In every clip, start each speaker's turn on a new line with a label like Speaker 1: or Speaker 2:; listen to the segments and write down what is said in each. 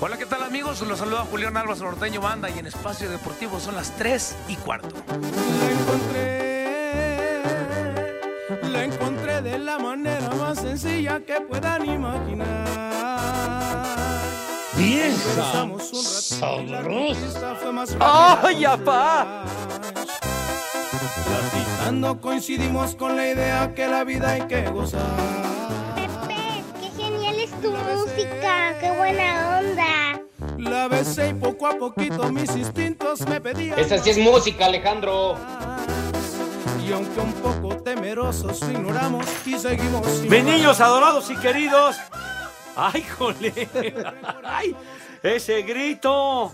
Speaker 1: Hola, ¿qué tal amigos? Los saluda Julián Álvarez Norteño Banda y en Espacio Deportivo son las 3 y cuarto.
Speaker 2: La encontré de la manera más sencilla que puedan imaginar.
Speaker 3: Pieza
Speaker 2: Conversamos un rato y la
Speaker 3: sabrosa.
Speaker 2: conquista fue más
Speaker 1: ¡Ay,
Speaker 2: rápida.
Speaker 1: apá!
Speaker 2: Platicando coincidimos con la idea que la vida hay que gozar.
Speaker 4: Pepe, qué genial es tu música, qué buena onda.
Speaker 2: La besé y poco a poquito mis instintos me pedían.
Speaker 3: Esa sí es música, Alejandro.
Speaker 2: más. Y aunque un poco temerosos ignoramos y seguimos. sin
Speaker 5: Mis niños adorados y queridos. ¡Ay, jole! ¡Ay! Ese grito.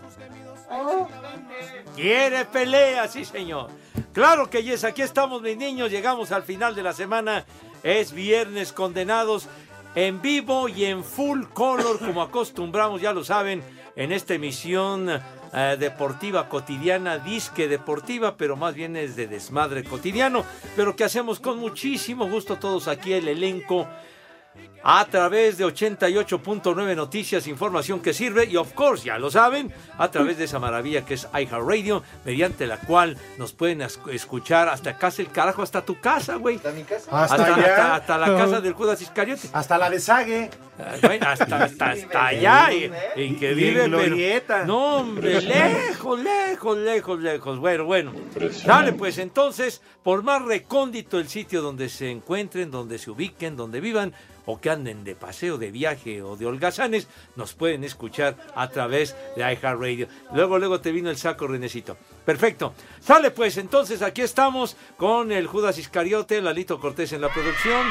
Speaker 5: Quiere pelea, sí, señor. Claro que yes, aquí estamos, mis niños. Llegamos al final de la semana. Es viernes, condenados en vivo y en full color, como acostumbramos, ya lo saben, en esta emisión eh, deportiva cotidiana, disque deportiva, pero más bien es de desmadre cotidiano. Pero que hacemos con muchísimo gusto todos aquí, el elenco a través de 88.9 Noticias, información que sirve y, of course, ya lo saben, a través de esa maravilla que es iHeartRadio, mediante la cual nos pueden as- escuchar hasta casa, el carajo, hasta tu casa, güey. Hasta mi casa. Hasta, hasta- hasta la casa del Judas Iscariote.
Speaker 6: Hasta la de Sague.
Speaker 5: Ah, bueno, hasta, hasta, hasta allá, y, y que
Speaker 6: Y
Speaker 5: vive
Speaker 6: en
Speaker 5: pero-
Speaker 6: Glorieta.
Speaker 5: No, hombre, lejos, lejos, lejos, lejos. Bueno, bueno. Dale, pues entonces, por más recóndito el sitio donde se encuentren, donde se ubiquen, donde vivan, o que anden de paseo, de viaje o de holgazanes, nos pueden escuchar a través de iHeartRadio. Luego, luego te vino el saco, Renecito. Perfecto. Sale, pues entonces, aquí estamos con el Judas Iscariote, Lalito Cortés en la producción,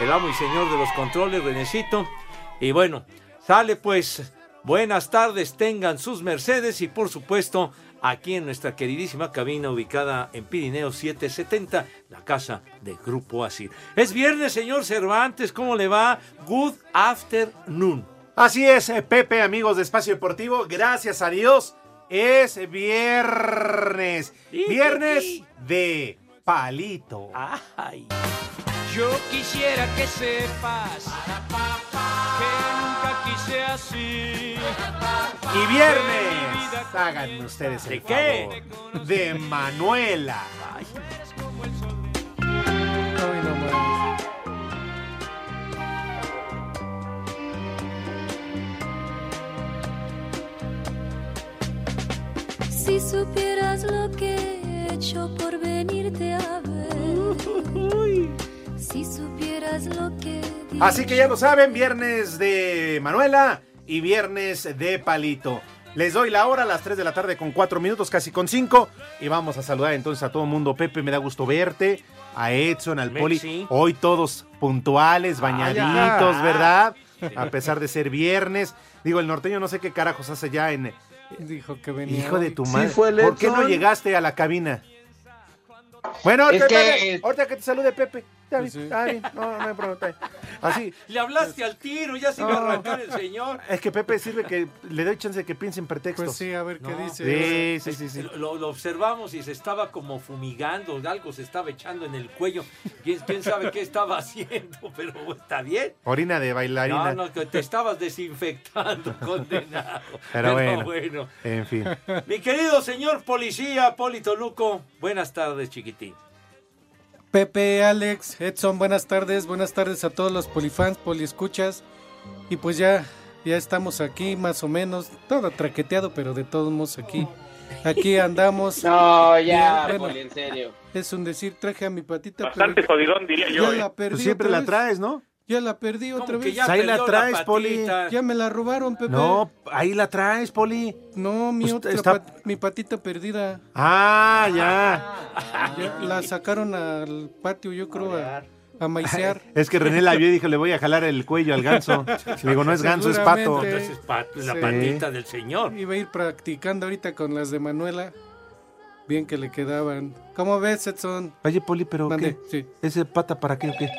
Speaker 5: el amo y señor de los controles, Renecito. Y bueno, sale pues. Buenas tardes, tengan sus Mercedes y por supuesto aquí en nuestra queridísima cabina ubicada en Pirineo 770, la casa de Grupo Asir. Es viernes, señor Cervantes, ¿cómo le va? Good afternoon.
Speaker 6: Así es, eh, Pepe, amigos de Espacio Deportivo. Gracias a Dios. Es viernes.
Speaker 5: Y-
Speaker 6: Viernes de palito.
Speaker 5: Ay.
Speaker 1: Yo quisiera que sepas que nunca quise así.
Speaker 6: Y viernes. Hagan ustedes el
Speaker 5: ¿De qué?
Speaker 6: favor. De Manuela.
Speaker 7: Si supieras lo que he hecho por venirte a ver. Si supieras lo que... di-
Speaker 6: Así que ya lo saben, viernes de Manuela y viernes de Palito. Les doy la hora a las 3 de la tarde con 4 minutos, casi con 5. Y vamos a saludar entonces a todo el mundo. Pepe, me da gusto verte. A Edson, al
Speaker 5: Mexi.
Speaker 6: Poli. Hoy todos
Speaker 2: Ah,
Speaker 6: puntuales, bañaditos, ¿verdad? A pesar de ser viernes. Digo, el norteño no sé qué carajos hace ya en...
Speaker 2: Dijo que venía.
Speaker 6: Hijo de tu
Speaker 8: Sí
Speaker 6: madre.
Speaker 8: fue el
Speaker 6: ¿Por qué
Speaker 8: Edson.
Speaker 6: no llegaste a la cabina? Bueno,
Speaker 3: Es
Speaker 6: ahorita
Speaker 3: que- eh,
Speaker 6: ahorita- ahorita que te salude Pepe. Está bien,
Speaker 2: Pues sí.
Speaker 6: está bien. No, no hay problema. está bien. Así,
Speaker 5: Le hablaste al tiro, ya se iba a arrancar el señor.
Speaker 6: es que Pepe sirve que le doy chance de que piense en pretextos.
Speaker 2: Pues sí, a ver qué
Speaker 5: No.
Speaker 2: dice.
Speaker 6: sí, sí, sí, sí.
Speaker 5: Lo, lo observamos y se estaba como fumigando, algo se estaba echando en el cuello. ¿Quién, quién sabe qué estaba haciendo? Pero está bien.
Speaker 6: Orina de bailarina.
Speaker 5: No, no, que te estabas desinfectando, condenado.
Speaker 6: Pero bueno.
Speaker 5: bueno.
Speaker 6: En fin.
Speaker 5: Mi querido señor policía, Polito Luco, buenas tardes, chiquitín.
Speaker 2: Pepe, Alex, Edson, buenas tardes. Buenas tardes a todos los polifans, poliescuchas. Y pues ya, ya estamos aquí, más o menos. Todo traqueteado, pero de todos modos aquí. Aquí andamos.
Speaker 3: No, ya,
Speaker 2: Bien, bueno.
Speaker 3: Poli, en serio.
Speaker 2: Es un decir, traje a mi patita.
Speaker 9: Bastante
Speaker 2: pero
Speaker 9: jodidón, diría yo.
Speaker 2: ya
Speaker 9: ¿eh?
Speaker 2: la perdí.
Speaker 6: Tú Pues siempre
Speaker 2: otra
Speaker 6: la
Speaker 2: vez.
Speaker 6: traes, ¿no?
Speaker 2: Ya la perdí otra
Speaker 5: ¿Cómo que
Speaker 2: vez.
Speaker 5: ya
Speaker 6: Ahí la
Speaker 5: perdió
Speaker 6: traes,
Speaker 5: patita?
Speaker 6: Poli.
Speaker 2: Ya me la robaron, Pepe.
Speaker 6: No, ahí la traes, Poli.
Speaker 2: No, mi
Speaker 6: Usted
Speaker 2: otra
Speaker 6: está-
Speaker 2: pat- mi patita perdida.
Speaker 6: Ah, ya.
Speaker 2: Ya la sacaron al patio, yo creo, a, a maicear.
Speaker 6: Es que René la vio y dijo, le voy a jalar el cuello al ganso. Le digo, no es ganso, es pato.
Speaker 2: Seguramente.
Speaker 5: Entonces, pat- la
Speaker 2: Sí.
Speaker 5: patita del señor.
Speaker 2: Iba a ir practicando ahorita con las de Manuela. Bien que le quedaban. ¿Cómo ves, Edson?
Speaker 6: Oye, Poli, pero
Speaker 2: Mande,
Speaker 6: ¿qué?
Speaker 2: sí.
Speaker 6: ¿Ese pata para qué o qué?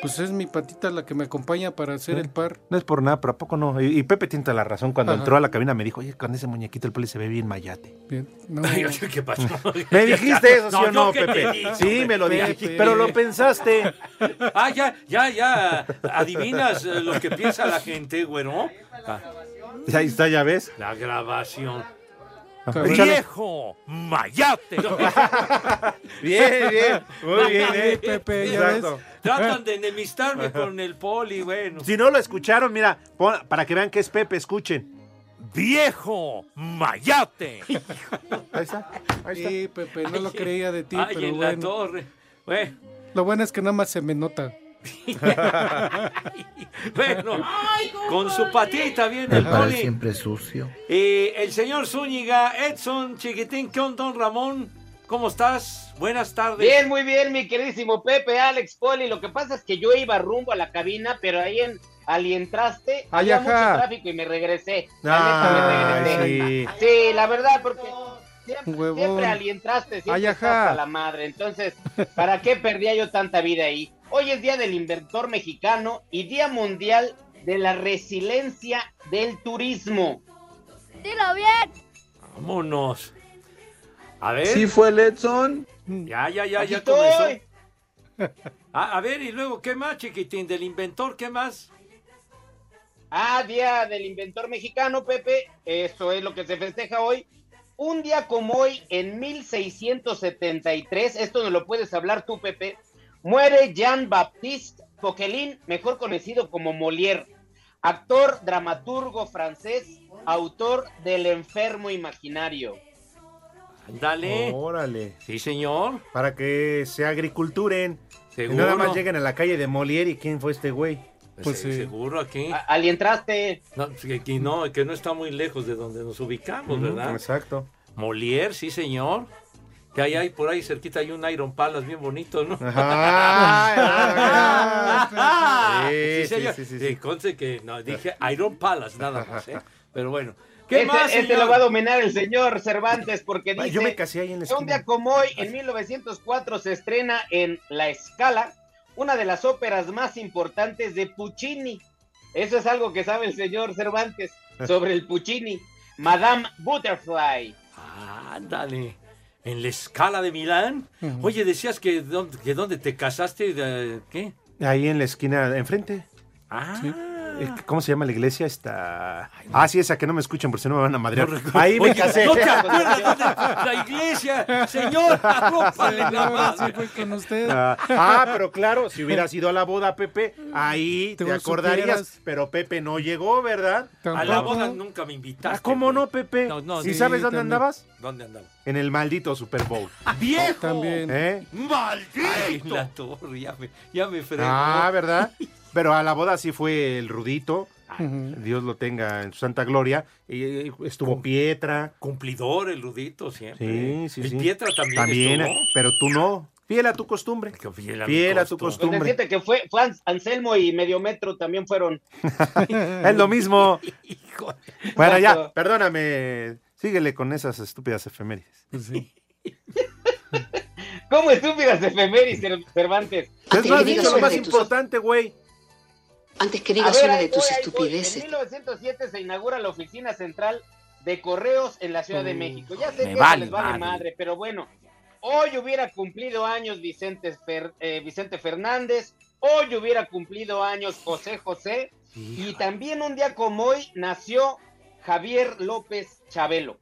Speaker 2: Pues es mi patita la que me acompaña para hacer el par.
Speaker 6: No es por nada, pero ¿a poco no? Y, y Pepe tiene toda la razón. Cuando
Speaker 2: Ajá.
Speaker 6: entró a la cabina me dijo, oye, con ese muñequito el Poli se ve bien mayate.
Speaker 2: Bien. No,
Speaker 5: Ay, oye, ¿Qué pasó?
Speaker 6: ¿Me dijiste eso, sí o
Speaker 5: yo
Speaker 6: no,
Speaker 5: qué te
Speaker 6: Pepe?
Speaker 5: dije,
Speaker 6: sí, me lo
Speaker 2: Pepe.
Speaker 6: dijiste. Pero lo pensaste.
Speaker 5: Ah, ya, ya, ya. Adivinas eh, lo que piensa la gente, güero. Ah,
Speaker 6: Ahí está, ya ves.
Speaker 5: la grabación.
Speaker 2: cabrón.
Speaker 6: Échale.
Speaker 5: ¡Viejo! ¡Mayate!
Speaker 6: Bien, bien. Muy bien,
Speaker 2: Sí,
Speaker 6: ¿eh?
Speaker 2: Pepe, ya ves.
Speaker 6: Exacto.
Speaker 5: Tratan de enemistarme con el poli, bueno.
Speaker 6: Si no lo escucharon, mira, pon- para que vean que es Pepe, escuchen.
Speaker 5: ¡Viejo! ¡Mayate!
Speaker 6: Ahí está, ahí está.
Speaker 2: Sí, Pepe, no lo creía de ti,
Speaker 5: Ay,
Speaker 2: pero
Speaker 5: en la
Speaker 2: bueno.
Speaker 5: torre. Bueno,
Speaker 2: Lo bueno es que nada más se me nota.
Speaker 5: bueno, con su patita viene el poli. siempre sucio. Y el señor Zúñiga, Edson, chiquitín, ¿qué onda, don Ramón? ¿Cómo estás? Buenas tardes.
Speaker 3: Bien, muy bien, mi queridísimo Pepe, Alex, Poli. Lo que pasa es que yo iba rumbo a la cabina, pero ahí en al y entraste,
Speaker 6: Ay,
Speaker 3: había
Speaker 6: ajá.
Speaker 3: mucho tráfico y me regresé. La neta, me regresé.
Speaker 6: Ay, sí.
Speaker 3: Sí, la verdad, porque siempre,
Speaker 2: Huevón.
Speaker 3: siempre alientaste, siempre
Speaker 6: Ay,
Speaker 3: estás
Speaker 6: ajá.
Speaker 3: a la madre. Entonces, ¿para qué perdía yo tanta vida ahí? Hoy es Día del Inventor Mexicano y Día Mundial de la Resiliencia del Turismo.
Speaker 10: Dilo bien.
Speaker 5: Vámonos. A ver.
Speaker 11: Sí fue el Edson.
Speaker 5: Ya, Ah, ya, ya,
Speaker 3: Aquí
Speaker 5: ya
Speaker 3: estoy.
Speaker 5: comenzó. A, a ver, y luego, ¿qué más, chiquitín? Del inventor, ¿qué más?
Speaker 3: Ah, Día del Inventor Mexicano, Pepe. Eso es lo que se festeja hoy. Un día como hoy, en 1673, esto no lo puedes hablar tú, Pepe, muere Jean-Baptiste Coquelin, mejor conocido como Molière, actor, dramaturgo francés, autor del Enfermo Imaginario.
Speaker 6: Oh.
Speaker 5: Dale.
Speaker 6: Órale.
Speaker 5: Sí, señor.
Speaker 6: Para que se agriculturen. Que
Speaker 5: Seguro.
Speaker 6: nada más lleguen a la calle de Molière y quién fue este güey.
Speaker 5: Pues,
Speaker 2: Pues
Speaker 5: sí,
Speaker 2: sí.
Speaker 5: Seguro aquí.
Speaker 3: A- Alientraste.
Speaker 5: No, pues, que aquí no, que no está muy lejos de donde nos ubicamos, pues, ¿verdad?
Speaker 6: Exacto.
Speaker 5: Molière, sí, señor. Que ahí hay por ahí cerquita hay un Iron Palace bien bonito, ¿no?
Speaker 6: Ajá.
Speaker 5: Ah,
Speaker 6: Sí,
Speaker 5: sí,
Speaker 6: sí,
Speaker 5: señor.
Speaker 6: sí, sí,
Speaker 5: Sí,
Speaker 6: sí.
Speaker 5: conste que no, dije Iron Palace, nada más, ¿eh? Pero bueno. ¿Qué
Speaker 3: Este,
Speaker 5: más?
Speaker 3: este
Speaker 5: señor?
Speaker 3: lo va a dominar el señor Cervantes porque dice...
Speaker 6: Yo me casé ahí en la
Speaker 3: Un día
Speaker 6: esquina.
Speaker 3: como hoy, en 1904, se estrena en La Escala, una de las óperas más importantes de Puccini. Eso es algo que sabe el señor Cervantes sobre el Puccini. Madame Butterfly.
Speaker 5: Ándale. En la escala de Milán. Oye, decías que dónde, que dónde te casaste. de- ¿Qué?
Speaker 6: Ahí en la esquina, enfrente.
Speaker 5: Ah,
Speaker 6: Eh, ¿Cómo se llama la iglesia? Está. Ah, sí, esa que no me escuchan, por si no me van a madrear.
Speaker 5: No recuerdo.
Speaker 6: Ahí me
Speaker 5: Oye,
Speaker 6: casé.
Speaker 5: No te acuerdas dónde la iglesia, señor, arrópale la
Speaker 2: Señor, sí
Speaker 5: madre.
Speaker 2: fue con usted.
Speaker 6: Ah, ah, pero claro, si hubieras ido a la boda, Pepe, ahí
Speaker 2: Tú
Speaker 6: te acordarías.
Speaker 2: supieras.
Speaker 6: Pero Pepe no llegó, ¿verdad?
Speaker 5: A la
Speaker 2: Tampoco.
Speaker 5: boda nunca me invitaste.
Speaker 6: Ah, ¿cómo
Speaker 5: güey.
Speaker 6: no, Pepe?
Speaker 5: No, no,
Speaker 6: ¿Y
Speaker 5: sí,
Speaker 6: sabes dónde
Speaker 2: también.
Speaker 6: andabas?
Speaker 5: ¿Dónde andaba?
Speaker 6: En el maldito Super Bowl.
Speaker 5: ¡Viejo!
Speaker 2: También.
Speaker 6: ¿Eh?
Speaker 5: Ay, la torre, ya me, ya me fregó.
Speaker 6: Ah, ¿verdad? Pero a la boda sí fue el Rudito.
Speaker 2: Ujú.
Speaker 6: Dios lo tenga en su santa gloria. Y, y estuvo Pietra.
Speaker 5: Cumplidor, eludito siempre.
Speaker 6: Sí, sí,
Speaker 5: El
Speaker 6: sí.
Speaker 5: Pietra también.
Speaker 6: También,
Speaker 5: estuvo.
Speaker 6: pero tú no. Fiel a tu costumbre.
Speaker 5: Que fiel a mi
Speaker 6: Fiel a tu
Speaker 5: costumbre.
Speaker 3: Pues
Speaker 6: costumbre.
Speaker 3: decirte que fue, fue Ans- Anselmo y Mediometro también fueron.
Speaker 6: Es lo mismo.
Speaker 5: Hijo,
Speaker 6: Bueno, ya,
Speaker 3: Exacto.
Speaker 6: perdóname. Síguele con esas estúpidas efemérides.
Speaker 2: Pues sí.
Speaker 3: ¿Cómo estúpidas efemérides, Cer- Cervantes?
Speaker 6: Es
Speaker 9: que
Speaker 6: más,
Speaker 9: digas
Speaker 6: dicho lo
Speaker 9: una
Speaker 6: más
Speaker 9: de tus-
Speaker 6: importante, güey.
Speaker 9: Antes que
Speaker 3: A
Speaker 9: digas
Speaker 3: ver,
Speaker 9: una
Speaker 3: ahí
Speaker 9: de tus
Speaker 3: voy, ahí voy.
Speaker 9: estupideces.
Speaker 3: En 1907 se inaugura la oficina central de correos en la
Speaker 9: Mm,
Speaker 3: Ciudad de México. Ya sé
Speaker 5: me
Speaker 3: que eso
Speaker 5: vale
Speaker 3: les vale
Speaker 5: madre.
Speaker 3: madre. pero bueno, hoy hubiera cumplido años Vicente, Fer- eh, Vicente Fernández, hoy hubiera cumplido años José José, y también un día como hoy nació Javier López Chabelo.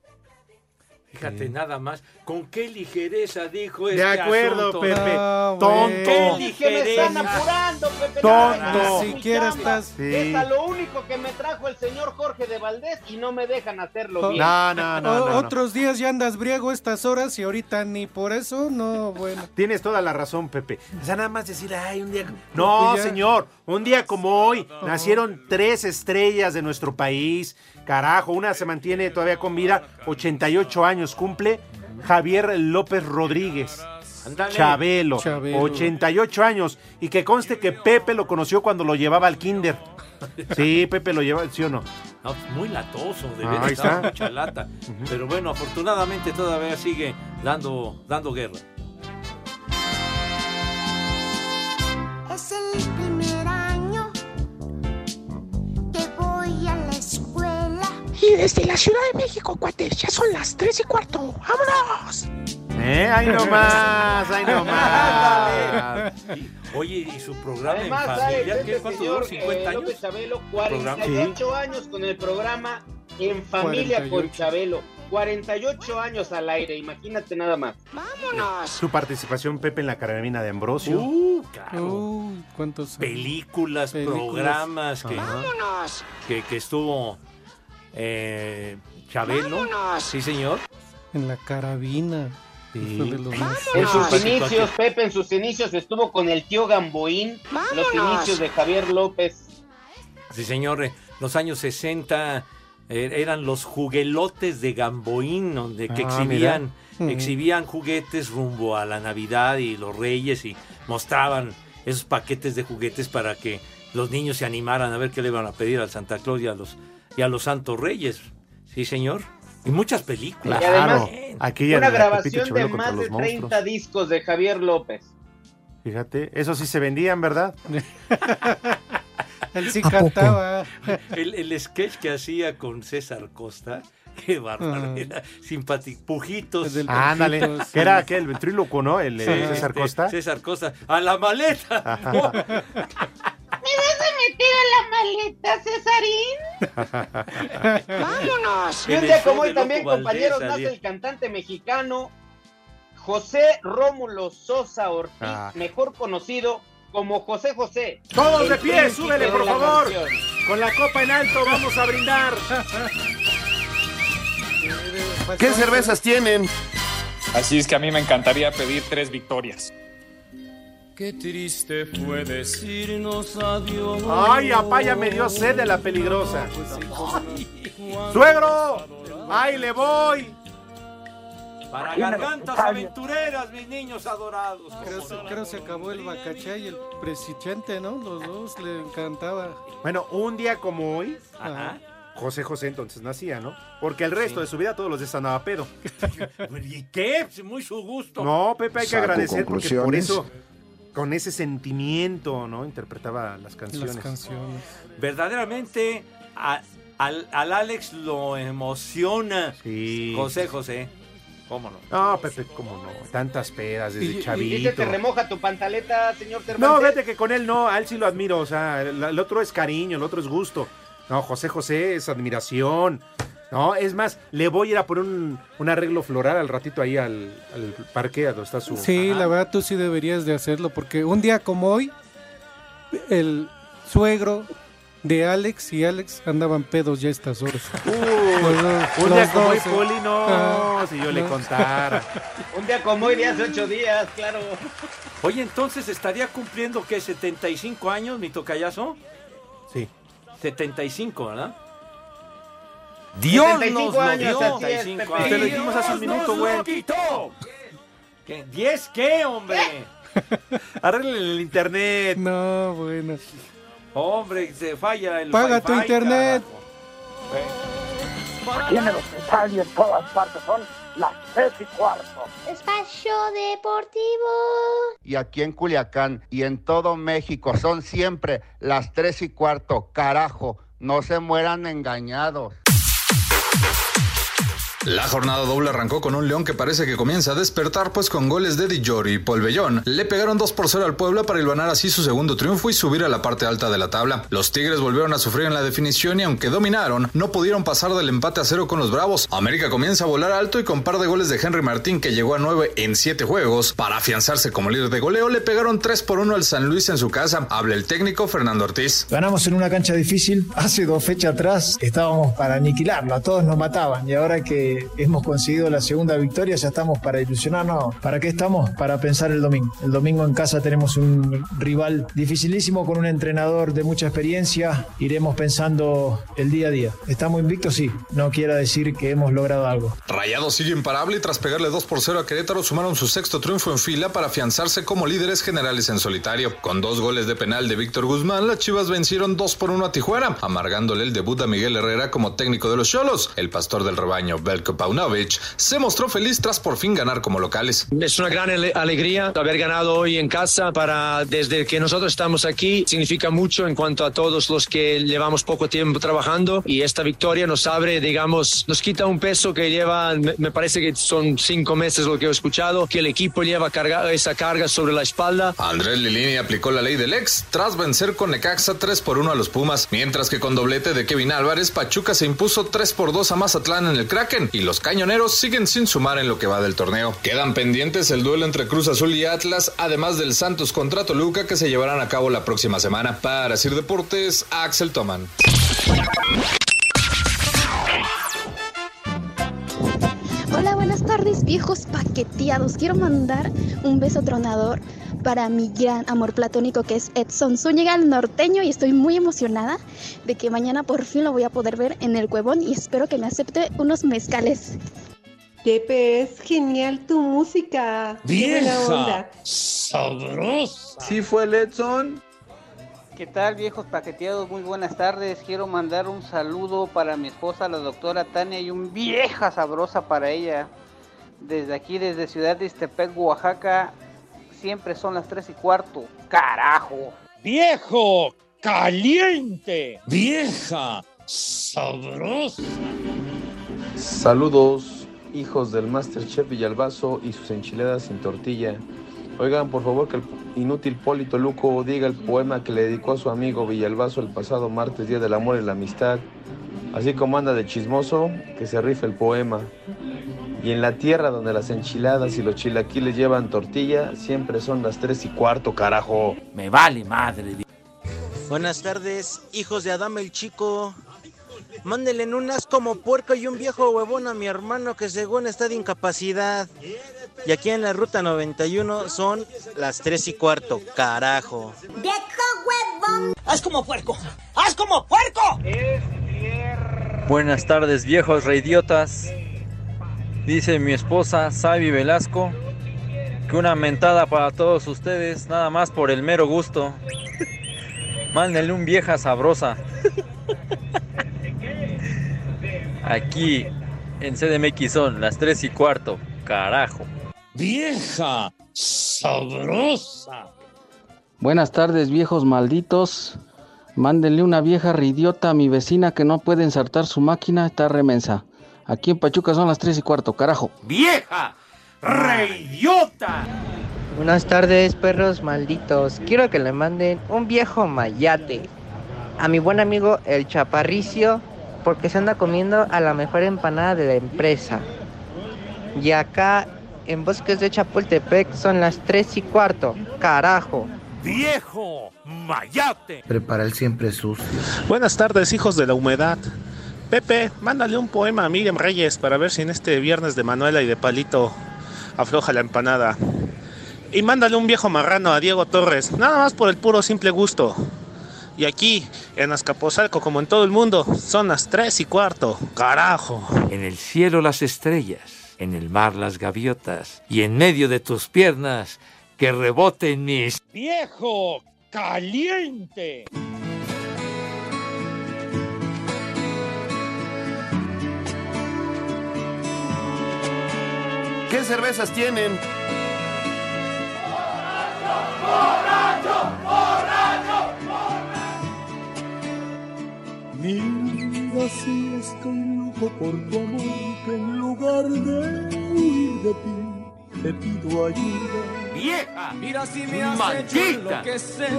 Speaker 5: Fíjate nada más, con qué ligereza dijo
Speaker 6: De
Speaker 5: este
Speaker 6: acuerdo,
Speaker 5: asunto.
Speaker 6: Pepe.
Speaker 2: No, güey.
Speaker 6: Tonto.
Speaker 5: Qué
Speaker 3: ¿Y que me están
Speaker 5: ligereza.
Speaker 3: apurando, Pepe?
Speaker 6: Tonto.
Speaker 3: No,
Speaker 2: Ni siquiera estás-
Speaker 6: Sí.
Speaker 3: Es a lo único que me trajo el señor Jorge de Valdés y no me dejan hacerlo bien.
Speaker 6: No, no, no.
Speaker 2: O-
Speaker 6: no, no.
Speaker 2: Otros días ya andas briago estas horas y ahorita ni por eso, no, bueno.
Speaker 6: Tienes toda la razón, Pepe. O sea, nada más decir, ay, un día. No,
Speaker 2: Pues ya.
Speaker 6: señor. Un día como hoy nacieron tres estrellas de nuestro país. Carajo, una se mantiene todavía con vida. 88 años cumple Javier López Rodríguez.
Speaker 5: Ándale.
Speaker 6: Chabelo,
Speaker 2: Chabelo.
Speaker 6: 88 años. Y que conste que Pepe lo conoció cuando lo llevaba al kinder. Sí, Pepe lo llevaba, ¿sí o no?
Speaker 5: No, pues, muy latoso, de
Speaker 6: Ah,
Speaker 5: veras,
Speaker 6: ahí
Speaker 5: estaba
Speaker 6: está.
Speaker 5: mucha lata. Pero bueno, afortunadamente todavía sigue dando, dando guerra.
Speaker 12: Es el primer año que voy a la escuela.
Speaker 13: Y desde la Ciudad de México, cuates, ya son las 3 y cuarto. ¡Vámonos!
Speaker 6: ¿Eh? ¡Ay, no más! ¡Ay, no más!
Speaker 5: Oye, ¿y su programa en
Speaker 3: Además, sale
Speaker 5: familia? ¿Qué,
Speaker 3: este
Speaker 5: ¿Cuánto
Speaker 3: señor
Speaker 5: duró? ¿50
Speaker 3: eh,
Speaker 5: años?
Speaker 3: López Chabelo, 48 años con el programa En Familia con
Speaker 2: 48.
Speaker 3: Chabelo. 48 años al aire, imagínate nada más.
Speaker 12: ¡Vámonos!
Speaker 6: Su participación, Pepe, en la carabina de Ambrosio.
Speaker 5: Uh, claro.
Speaker 2: Uy, ¿cuántos?
Speaker 5: Películas,
Speaker 2: Películas.
Speaker 5: programas que,
Speaker 6: Ajá.
Speaker 12: ¡Vámonos!
Speaker 5: que, que estuvo eh, Chabelo.
Speaker 12: ¡Vámonos!
Speaker 5: Sí, señor.
Speaker 2: En la carabina. Fue de los más-
Speaker 6: En
Speaker 3: En
Speaker 6: su-
Speaker 5: Ah,
Speaker 3: sus inicios, Pepe, en sus inicios estuvo con el tío Gamboín, los
Speaker 12: ¡Vámonos!
Speaker 3: inicios de Javier López.
Speaker 5: Sí, señor. eh, Los años 60 eh, eran los juguelotes de Gamboín, donde que
Speaker 6: Ah,
Speaker 5: exhibían,
Speaker 2: mira.
Speaker 5: exhibían juguetes rumbo a la Navidad y los Reyes y mostraban esos paquetes de juguetes para que los niños se animaran a ver qué le iban a pedir al Santa Claus y a los, y a los Santos Reyes. Sí, señor. Y muchas películas.
Speaker 3: Y además,
Speaker 6: Claro, aquella
Speaker 3: Una
Speaker 6: de la de Pepito
Speaker 3: grabación de
Speaker 6: Chabelo contra
Speaker 3: más de
Speaker 6: los
Speaker 3: 30
Speaker 6: monstruos.
Speaker 3: discos de Javier López.
Speaker 6: Fíjate, eso sí se vendían, ¿verdad?
Speaker 2: Él sí cantaba.
Speaker 5: El, el sketch que hacía con César Costa, qué bárbaro, era simpático, pujitos.
Speaker 2: Del-
Speaker 6: Ah. Ándale,
Speaker 2: Pepito, sí.
Speaker 6: que era aquel ventríloco, ¿no? El eh,
Speaker 5: Sí,
Speaker 6: César
Speaker 5: este,
Speaker 6: Costa.
Speaker 5: César Costa. ¡A la maleta!
Speaker 12: meter a la maleta, Cesarín? ¡Vámonos!
Speaker 3: Y
Speaker 5: En
Speaker 3: un
Speaker 5: el
Speaker 3: día
Speaker 5: show
Speaker 3: como hoy
Speaker 5: de Loco
Speaker 3: también,
Speaker 5: Valdés
Speaker 3: compañeros, nace
Speaker 5: salía.
Speaker 3: el cantante mexicano José Rómulo Sosa Ortiz,
Speaker 6: Ah.
Speaker 3: mejor conocido como José José.
Speaker 6: Todos
Speaker 3: el
Speaker 6: de pie,
Speaker 3: príncipe
Speaker 6: súbele,
Speaker 3: de
Speaker 6: por
Speaker 3: la
Speaker 6: favor.
Speaker 3: canción.
Speaker 6: Con la copa en alto vamos a brindar.
Speaker 9: ¿Qué cervezas tienen?
Speaker 14: Así es que a mí me encantaría pedir tres victorias.
Speaker 13: Qué triste fue decirnos adiós. Pues
Speaker 6: Ay, apá, ya me dio sed de la peligrosa. ¡Suegro! ¡Ay, le voy!
Speaker 5: Para gargantas aventureras, mis niños adorados.
Speaker 2: Creo, se- creo se acabó el bacachá y el presidente, ¿no? Los dos le encantaba.
Speaker 6: Bueno, un día como hoy,
Speaker 5: Ajá.
Speaker 6: José José entonces nacía, ¿no? Porque el resto de su vida todos los días andaba pedo.
Speaker 5: ¿Y qué? Pues, Muy su gusto.
Speaker 6: No, Pepe, hay que
Speaker 9: Saco
Speaker 6: agradecer porque por
Speaker 9: conclusiones.
Speaker 6: eso, con ese sentimiento, ¿no? Interpretaba las canciones.
Speaker 2: Las canciones.
Speaker 5: Verdaderamente, a- al, al Alex lo emociona.
Speaker 6: Sí.
Speaker 5: José, José. ¿Cómo no?
Speaker 6: No, Pepe, cómo no. Tantas pedas
Speaker 2: Y- este y-
Speaker 6: desde
Speaker 2: y
Speaker 3: Dice,
Speaker 6: chavito.
Speaker 3: te remoja tu pantaleta, señor Cervantes.
Speaker 6: No, fíjate que con él no, a él sí lo admiro. O sea, el, el otro es cariño, el otro es gusto. No, José José es admiración. No, es más, le voy a ir a poner un, un arreglo floral al ratito ahí al, al parque a donde está su.
Speaker 2: Sí,
Speaker 5: Ajá.
Speaker 2: la verdad tú sí deberías de hacerlo porque un día como hoy el suegro de Alex y Alex andaban pedos ya a estas horas. Los dos-
Speaker 6: un día
Speaker 2: los
Speaker 6: como hoy,
Speaker 2: dos, eh.
Speaker 6: Poli, no,
Speaker 2: Ah,
Speaker 6: si yo le
Speaker 2: no.
Speaker 6: contara.
Speaker 3: Un día como hoy, de hace ocho días, claro.
Speaker 5: Oye, entonces estaría cumpliendo que 75 años, mi tocayazo.
Speaker 6: Sí.
Speaker 5: 75, ¿verdad?
Speaker 3: Dios
Speaker 5: nos
Speaker 3: 75
Speaker 5: lo
Speaker 3: años,
Speaker 5: dio.
Speaker 3: así es,
Speaker 5: 75
Speaker 3: Pepe.
Speaker 5: años.
Speaker 6: Te lo dijimos hace un minuto, güey.
Speaker 5: ¿Qué? ¿10 qué, hombre?
Speaker 6: Arreglen el internet.
Speaker 2: No, bueno.
Speaker 5: Hombre, se falla el
Speaker 2: Paga tu
Speaker 5: Wi-Fi,
Speaker 2: internet.
Speaker 5: carajo.
Speaker 13: Aquí en el hospital y en todas partes son las 3 y cuarto.
Speaker 12: Espacio Deportivo.
Speaker 13: Y aquí en Culiacán y en todo México son siempre las 3 y cuarto. Carajo, no se mueran engañados.
Speaker 14: La jornada doble arrancó con un León que parece que comienza a despertar, pues con goles de Di Giorgio y Paul Bellón le pegaron 2 por 0 al Puebla para hilvanar así su segundo triunfo y subir a la parte alta de la tabla. Los Tigres volvieron a sufrir en la definición y aunque dominaron, no pudieron pasar del empate a cero con los Bravos. América comienza a volar alto y con par de goles de Henry Martín que llegó a 9 en 7 juegos para afianzarse como líder de goleo, le pegaron 3 por 1 al San Luis en su casa. Habla el técnico Fernando Ortiz.
Speaker 13: Ganamos en una cancha difícil. Hace dos fechas atrás estábamos para aniquilarlo. A todos nos mataban. Y ahora que
Speaker 15: que hemos conseguido la segunda victoria, ya estamos para ilusionarnos. ¿Para qué estamos? Para pensar el domingo. El domingo en casa tenemos un rival dificilísimo con un entrenador de mucha experiencia. Iremos pensando el día a día. ¿Estamos invictos? Sí. No quiera decir que hemos logrado algo.
Speaker 14: Rayado sigue imparable y tras pegarle 2 por 0 a Querétaro sumaron su sexto triunfo en fila para afianzarse como líderes generales en solitario. Con dos goles de penal de Víctor Guzmán, las Chivas vencieron 2 por 1 a Tijuana, amargándole el debut a Miguel Herrera como técnico de los Cholos. El pastor del rebaño, Belko Paunovic, se mostró feliz tras por fin ganar como locales.
Speaker 1: Es una gran ale- alegría haber ganado hoy en casa para desde que nosotros estamos aquí significa mucho en cuanto a todos los que llevamos poco tiempo trabajando y esta victoria nos abre, digamos, nos quita un peso que lleva, me, me parece que son cinco meses lo que he escuchado, que el equipo lleva carga, esa carga sobre la espalda.
Speaker 14: Andrés Lilini aplicó la ley del ex tras vencer con Necaxa 3 por 1 a los Pumas, mientras que con doblete de Kevin Álvarez, Pachuca se impuso 3 por 2 a Mazatlán en el Kraken y los cañoneros siguen sin sumar en lo que va del torneo. Quedan pendientes el duelo entre Cruz Azul y Atlas, además del Santos contra Toluca que se llevarán a cabo la próxima semana. Para Sir Deportes, Axel Toman.
Speaker 10: Hola, buenas tardes, viejos paqueteados. Quiero mandar un beso tronador para mi gran amor platónico que es Edson Zúñiga, el norteño, y estoy muy emocionada de que mañana por fin lo voy a poder ver en el cuevón y espero que me acepte unos mezcales.
Speaker 16: Pepe, es genial tu música. Qué buena onda.
Speaker 7: ¡Sabrosa!
Speaker 17: Sí fue el Edson.
Speaker 3: ¿Qué tal viejos paqueteados? Muy buenas tardes. Quiero mandar un saludo para mi esposa, la doctora Tania, y un vieja sabrosa para ella. Desde aquí, desde Ciudad de Istepec, Oaxaca, siempre son las 3 y cuarto. ¡Carajo!
Speaker 7: ¡Viejo! ¡Caliente! ¡Vieja! ¡Sabrosa!
Speaker 18: Saludos, hijos del Masterchef Villalbazo y sus enchiladas sin tortilla. Oigan, por favor, que el inútil Polito Luco diga el poema que le dedicó a su amigo Villalbazo el pasado martes, Día del Amor y la Amistad. Así como anda de chismoso, que se rife el poema. Y en la tierra donde las enchiladas y los chilaquiles llevan tortilla, siempre son las tres y cuarto, carajo. Me vale madre.
Speaker 19: Buenas tardes, hijos de Adame el Chico. Mándenle en unas como puerco y un viejo huevón a mi hermano que según está de incapacidad. Y aquí en la ruta 91 son las 3 y cuarto, carajo.
Speaker 20: ¡Viejo huevón! ¡Haz como puerco! ¡Haz como puerco!
Speaker 21: Buenas tardes, viejos reidiotas. Dice mi esposa, Sabi Velasco, que una mentada para todos ustedes, nada más por el mero gusto. Mándenle un vieja sabrosa. Aquí en CDMX son las 3 y cuarto. Carajo.
Speaker 7: ¡Vieja! ¡Sabrosa!
Speaker 22: Buenas tardes, viejos malditos. Mándenle una vieja ridiota a mi vecina que no puede ensartar su máquina, está remensa. Aquí en Pachuca son las 3 y cuarto, carajo.
Speaker 5: ¡Vieja! ¡Reidiota!
Speaker 23: Buenas tardes, perros malditos. Quiero que le manden un viejo mayate a mi buen amigo el Chaparricio, porque se anda comiendo a la mejor empanada de la empresa. Y acá en Bosques de Chapultepec son las 3 y cuarto. Carajo.
Speaker 5: ¡Viejo! ¡Mayate!
Speaker 24: Prepara el siempre sucio.
Speaker 6: Buenas tardes, hijos de la humedad. Pepe, mándale un poema a Miriam Reyes para ver si en este viernes de Manuela y de Palito afloja la empanada. Y mándale un viejo marrano a Diego Torres, nada más por el puro simple gusto. Y aquí, en Azcapotzalco, como en todo el mundo, son las 3 y cuarto. ¡Carajo!
Speaker 5: En el cielo las estrellas, en el mar las gaviotas, y en medio de tus piernas que reboten mis...
Speaker 7: ¡Viejo! ¡Caliente!
Speaker 25: ¿Qué cervezas tienen?
Speaker 9: Mira si estoy loco por tu amor que en lugar de huir de ti te pido ayuda.
Speaker 5: ¡Vieja!
Speaker 26: Mira si
Speaker 9: me has hecho enloquecer,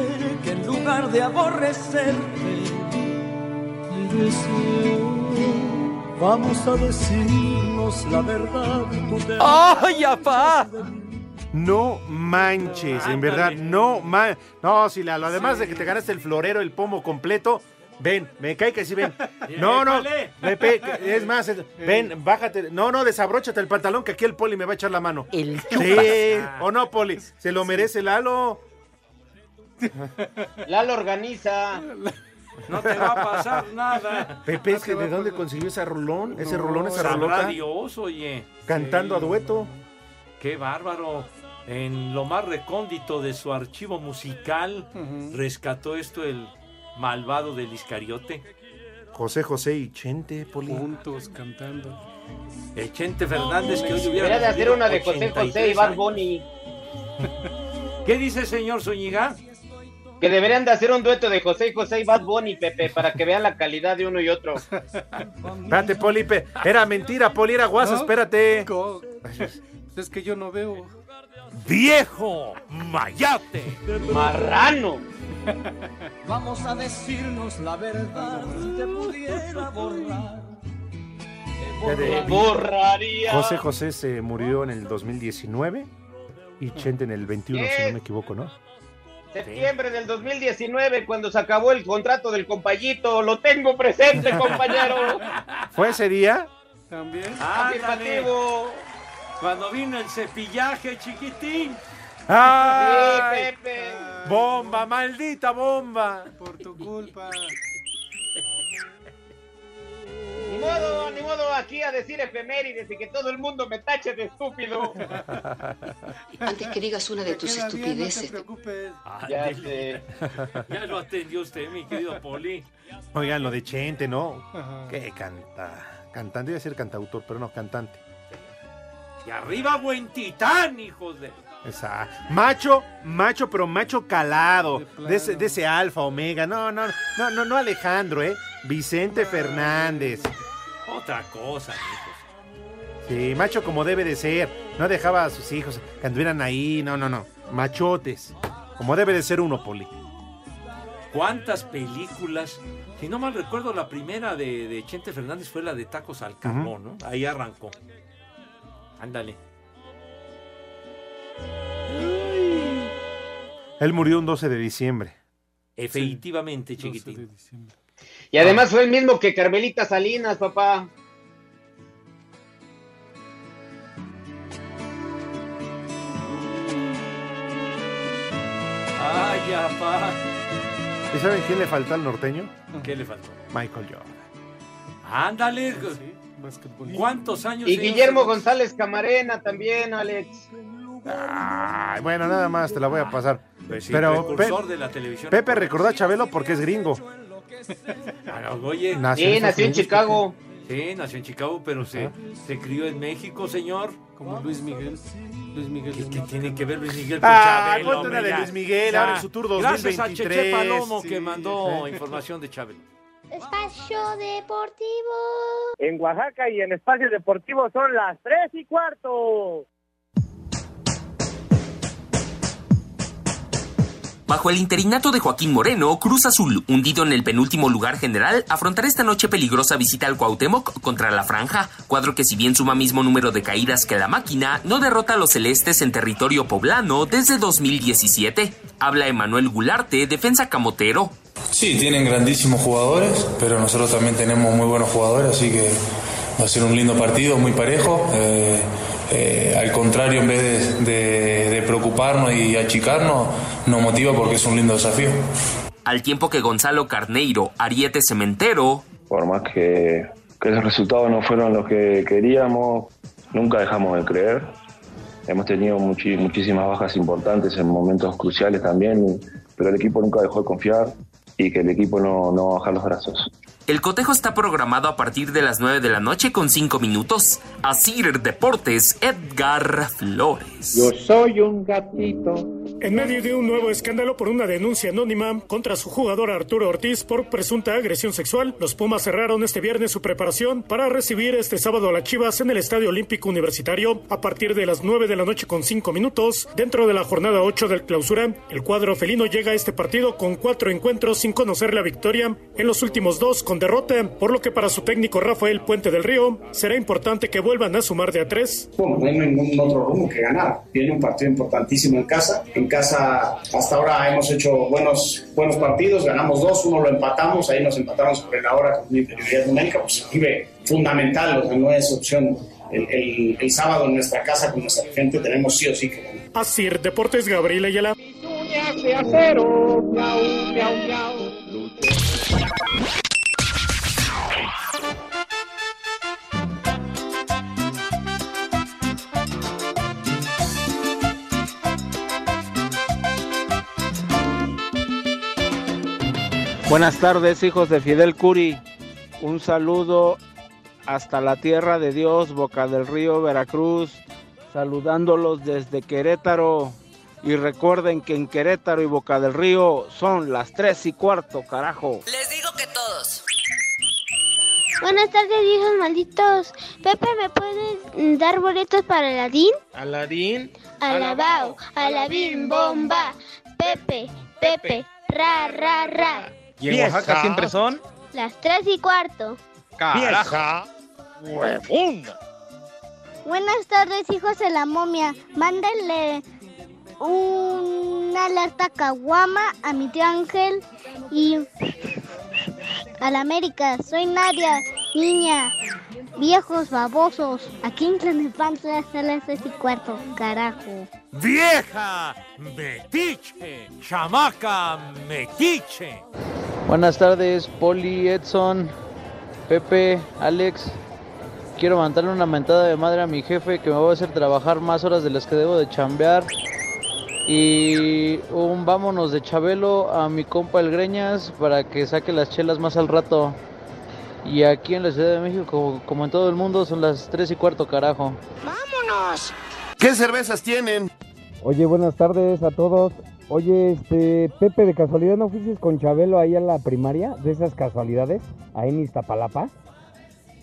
Speaker 26: que en lugar de aborrecerte
Speaker 9: Vamos a decirnos la verdad. Tú te
Speaker 6: ¡Oh!
Speaker 25: ¡Ay, apá! No manches, en verdad, no manches. No, si la, lo además de que te ganaste el florero, el pomo completo,
Speaker 6: Ven, me cae que sí, ven. No, no. Pepe, es más, es- ven, bájate. No, no, desabróchate el pantalón que aquí el poli me va a echar la mano. El Sí,
Speaker 27: chupas.
Speaker 6: o no, poli. Se lo merece Lalo.
Speaker 3: Lalo organiza.
Speaker 5: No te va a pasar nada.
Speaker 6: Pepe, es que ¿de dónde consiguió ese rolón? Ese
Speaker 5: No,
Speaker 6: rolón, esa
Speaker 5: sabrá
Speaker 6: rolota.
Speaker 5: Dios, oye.
Speaker 6: Cantando
Speaker 5: Sí.
Speaker 6: a dueto.
Speaker 5: Qué bárbaro. En lo más recóndito de su archivo musical, rescató esto el malvado del Iscariote.
Speaker 6: José José y Chente, poli.
Speaker 2: Juntos cantando.
Speaker 5: El Chente Fernández que hoy hubiera.
Speaker 3: Debería de hacer
Speaker 5: cumplido
Speaker 3: una de José
Speaker 5: 83
Speaker 3: José y Bad
Speaker 5: años.
Speaker 3: Bunny.
Speaker 5: ¿Qué dice, señor Zúñiga?
Speaker 3: Que deberían de hacer un dueto de José y José y Bad Bunny, Pepe, para que vean la calidad de uno y otro.
Speaker 6: Espérate, poli. pe- Era mentira, poli, era guasa, espérate.
Speaker 2: Es que yo no veo.
Speaker 5: ¡Viejo! ¡Mayate!
Speaker 2: ¡Marrano!
Speaker 9: Vamos a decirnos la verdad si te pudiera borrar.
Speaker 6: Ya de-
Speaker 9: borraría.
Speaker 6: José José se murió en el 2019 y Chente en el 21, si no me equivoco, ¿no?
Speaker 3: Septiembre del 2019, cuando se acabó el contrato del compayito. Lo tengo presente, compañero.
Speaker 6: ¿Fue ese día?
Speaker 2: También.
Speaker 5: Ándale. Cuando vino el cepillaje, chiquitín.
Speaker 6: ¡Ay! ¡Bomba, maldita bomba!
Speaker 2: Por tu culpa.
Speaker 3: Ni modo, ni modo aquí a decir efemérides y que todo el mundo me tache de estúpido.
Speaker 21: Antes que digas una de
Speaker 3: Te
Speaker 21: tus
Speaker 3: queda bien, no te
Speaker 21: estupideces.
Speaker 5: Ya Ah, Ya lo atendió usted, mi querido Poli.
Speaker 6: Oigan, lo de Chente, ¿no? ¿Qué canta? Cantante, iba a ser cantautor, pero no, cantante.
Speaker 5: Y arriba, buen titán, hijos de.
Speaker 6: Esa, macho, macho, pero macho calado. De, ese, de ese alfa, omega. No, no, no, no, no Alejandro, ¿eh? Vicente Fernández.
Speaker 5: Otra cosa, hijos.
Speaker 6: Sí, macho como debe de ser. No dejaba a sus hijos que anduvieran ahí. No, no, no. Machotes. Como debe de ser uno, Poli.
Speaker 5: ¿Cuántas películas? Si no mal recuerdo, la primera de, de Chente Fernández fue la de Tacos al Carbón, ¿no? Ahí arrancó. Ándale.
Speaker 6: Él murió un 12 de diciembre.
Speaker 5: Efectivamente, chiquitín.
Speaker 3: Y además fue el mismo que Carmelita Salinas, papá.
Speaker 5: Ay, apá.
Speaker 6: ¿Y saben quién le falta al norteño?
Speaker 5: ¿Qué le faltó?
Speaker 6: Michael Jordan.
Speaker 5: Ándale. ¿Cuántos años?
Speaker 3: Y
Speaker 5: señor?
Speaker 3: Guillermo González Camarena también, Alex.
Speaker 6: Ay, bueno, nada más, te la voy a pasar.
Speaker 5: Pues sí,
Speaker 6: pero
Speaker 5: precursor
Speaker 6: Pe-
Speaker 5: de la televisión.
Speaker 6: Pepe recordó a Chabelo porque es gringo.
Speaker 5: Ah, no, oye.
Speaker 6: Nació en Sí, nació en Estados Unidos, Chicago.
Speaker 5: Sí, nació en Chicago, pero se, se crió en México, señor.
Speaker 2: Como Luis Miguel. Luis Miguel.
Speaker 5: ¿Qué, qué tiene que ver Luis Miguel con
Speaker 6: Ah,
Speaker 5: Chabelo?
Speaker 6: ponte
Speaker 5: hombre,
Speaker 6: una de
Speaker 5: ya?
Speaker 6: Luis Miguel,
Speaker 5: Ya.
Speaker 6: ahora en su tour
Speaker 5: Gracias a
Speaker 6: 2023.
Speaker 5: Cheche Palomo que
Speaker 6: Sí.
Speaker 5: mandó información de Chabelo.
Speaker 12: Espacio Deportivo.
Speaker 28: En Oaxaca y en Espacio Deportivo son las 3 y cuarto.
Speaker 29: Bajo el interinato de Joaquín Moreno, Cruz Azul, hundido en el penúltimo lugar general, afrontará esta noche peligrosa visita al Cuauhtémoc contra la Franja, cuadro que si bien suma mismo número de caídas que la máquina, no derrota a los celestes en territorio poblano desde 2017. Habla Emanuel Gularte, defensa camotero.
Speaker 30: Sí, tienen grandísimos jugadores, pero nosotros también tenemos muy buenos jugadores, así que va a ser un lindo partido, muy parejo. Eh, eh, al contrario, en vez de, de- de preocuparnos y achicarnos, nos motiva porque es un lindo desafío.
Speaker 29: Al tiempo que Gonzalo Carneiro, Ariete Cementero,
Speaker 31: por más que, que los resultados no fueron los que queríamos, nunca dejamos de creer. Hemos tenido muchi- muchísimas bajas importantes en momentos cruciales también, pero el equipo nunca dejó de confiar y que el equipo no, no bajar los brazos.
Speaker 29: el cotejo está programado a partir de las 9 de la noche con 5 minutos. Asir Deportes, Edgar Flores.
Speaker 32: Yo soy un gatito. En medio de un nuevo escándalo por una denuncia anónima contra su jugador Arturo Ortiz por presunta agresión sexual, los Pumas cerraron este viernes su preparación para recibir este sábado a las Chivas en el Estadio Olímpico Universitario a partir de las 9 de la noche con 5 minutos dentro de la jornada 8 del clausura. El cuadro felino llega a este partido con cuatro encuentros sin conocer la victoria, en los últimos dos con derrota, por lo que para su técnico Rafael Puente del Río será importante que vuelvan a sumar de a tres.
Speaker 15: Bueno, no hay ningún otro rumbo que ganar. Tiene un partido importantísimo en casa. En casa hasta ahora hemos hecho buenos, buenos partidos, ganamos dos, uno lo empatamos, ahí nos empatamos sobre la hora con una inferioridad numérica, pues vive fundamental, o sea, no es opción. El, el- el sábado en nuestra casa con nuestra gente tenemos sí o sí que ganar.
Speaker 32: Asir Deportes, Gabriel Ayala.
Speaker 33: de acero, miau, miau, miau.
Speaker 34: Buenas tardes, hijos de Fidel Curi. Un saludo hasta la tierra de Dios, Boca del Río, Veracruz. Saludándolos desde Querétaro. Y recuerden que en Querétaro y Boca del Río son las tres y cuarto, carajo.
Speaker 4: Les digo que todos. Buenas tardes, viejos malditos. Pepe, ¿me puedes mm, dar boletos para Aladín?
Speaker 9: Aladín.
Speaker 4: Alabao, alabim, bomba. Pepe, Pepe, ra, ra, ra.
Speaker 9: Y en Oaxaca siempre son.
Speaker 4: Las tres y cuarto.
Speaker 9: Carajo. Huevón.
Speaker 4: Buenas tardes, hijos de la momia. Mándenle una alerta caguama a mi tío Ángel y a la América. Soy Nadia, niña, viejos babosos. Aquí en Tlanepantla hasta las seis y cuarto, carajo.
Speaker 5: Vieja metiche, chamaca metiche.
Speaker 35: Buenas tardes, Poli, Edson, Pepe, Alex. Quiero mandarle una mentada de madre a mi jefe que me va a hacer trabajar más horas de las que debo de chambear. Y un vámonos de Chabelo a mi compa el Greñas para que saque las chelas más al rato. Y aquí en la Ciudad de México, como- como en todo el mundo, son las 3 y cuarto, carajo.
Speaker 9: ¡Vámonos!
Speaker 13: ¿Qué cervezas tienen?
Speaker 36: Oye, buenas tardes a todos. Oye, este, Pepe, de casualidad no fuiste con Chabelo ahí a la primaria, de esas casualidades, ahí en Iztapalapa.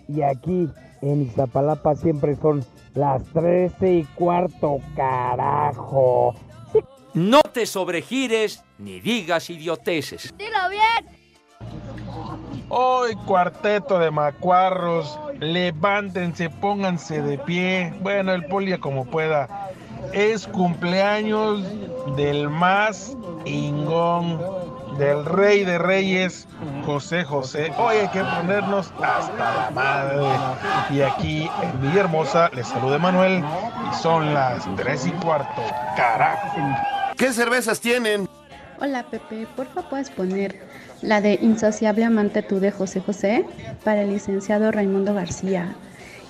Speaker 36: Y aquí en Iztapalapa siempre son las 13 y cuarto, carajo.
Speaker 5: No te sobregires ni digas idioteces.
Speaker 4: ¡Dilo bien!
Speaker 9: Hoy cuarteto de macuarros, levántense, pónganse de pie. Bueno, el polia como pueda. Es cumpleaños del más ingón, del rey de reyes, José José. Hoy hay que ponernos hasta la madre. Y aquí en Villahermosa les saluda Manuel y son las tres y cuarto. Carajo.
Speaker 13: ¿Qué cervezas tienen?
Speaker 7: Hola Pepe, porfa puedes poner la de Insociable Amante tú de José José para el licenciado Raimundo García.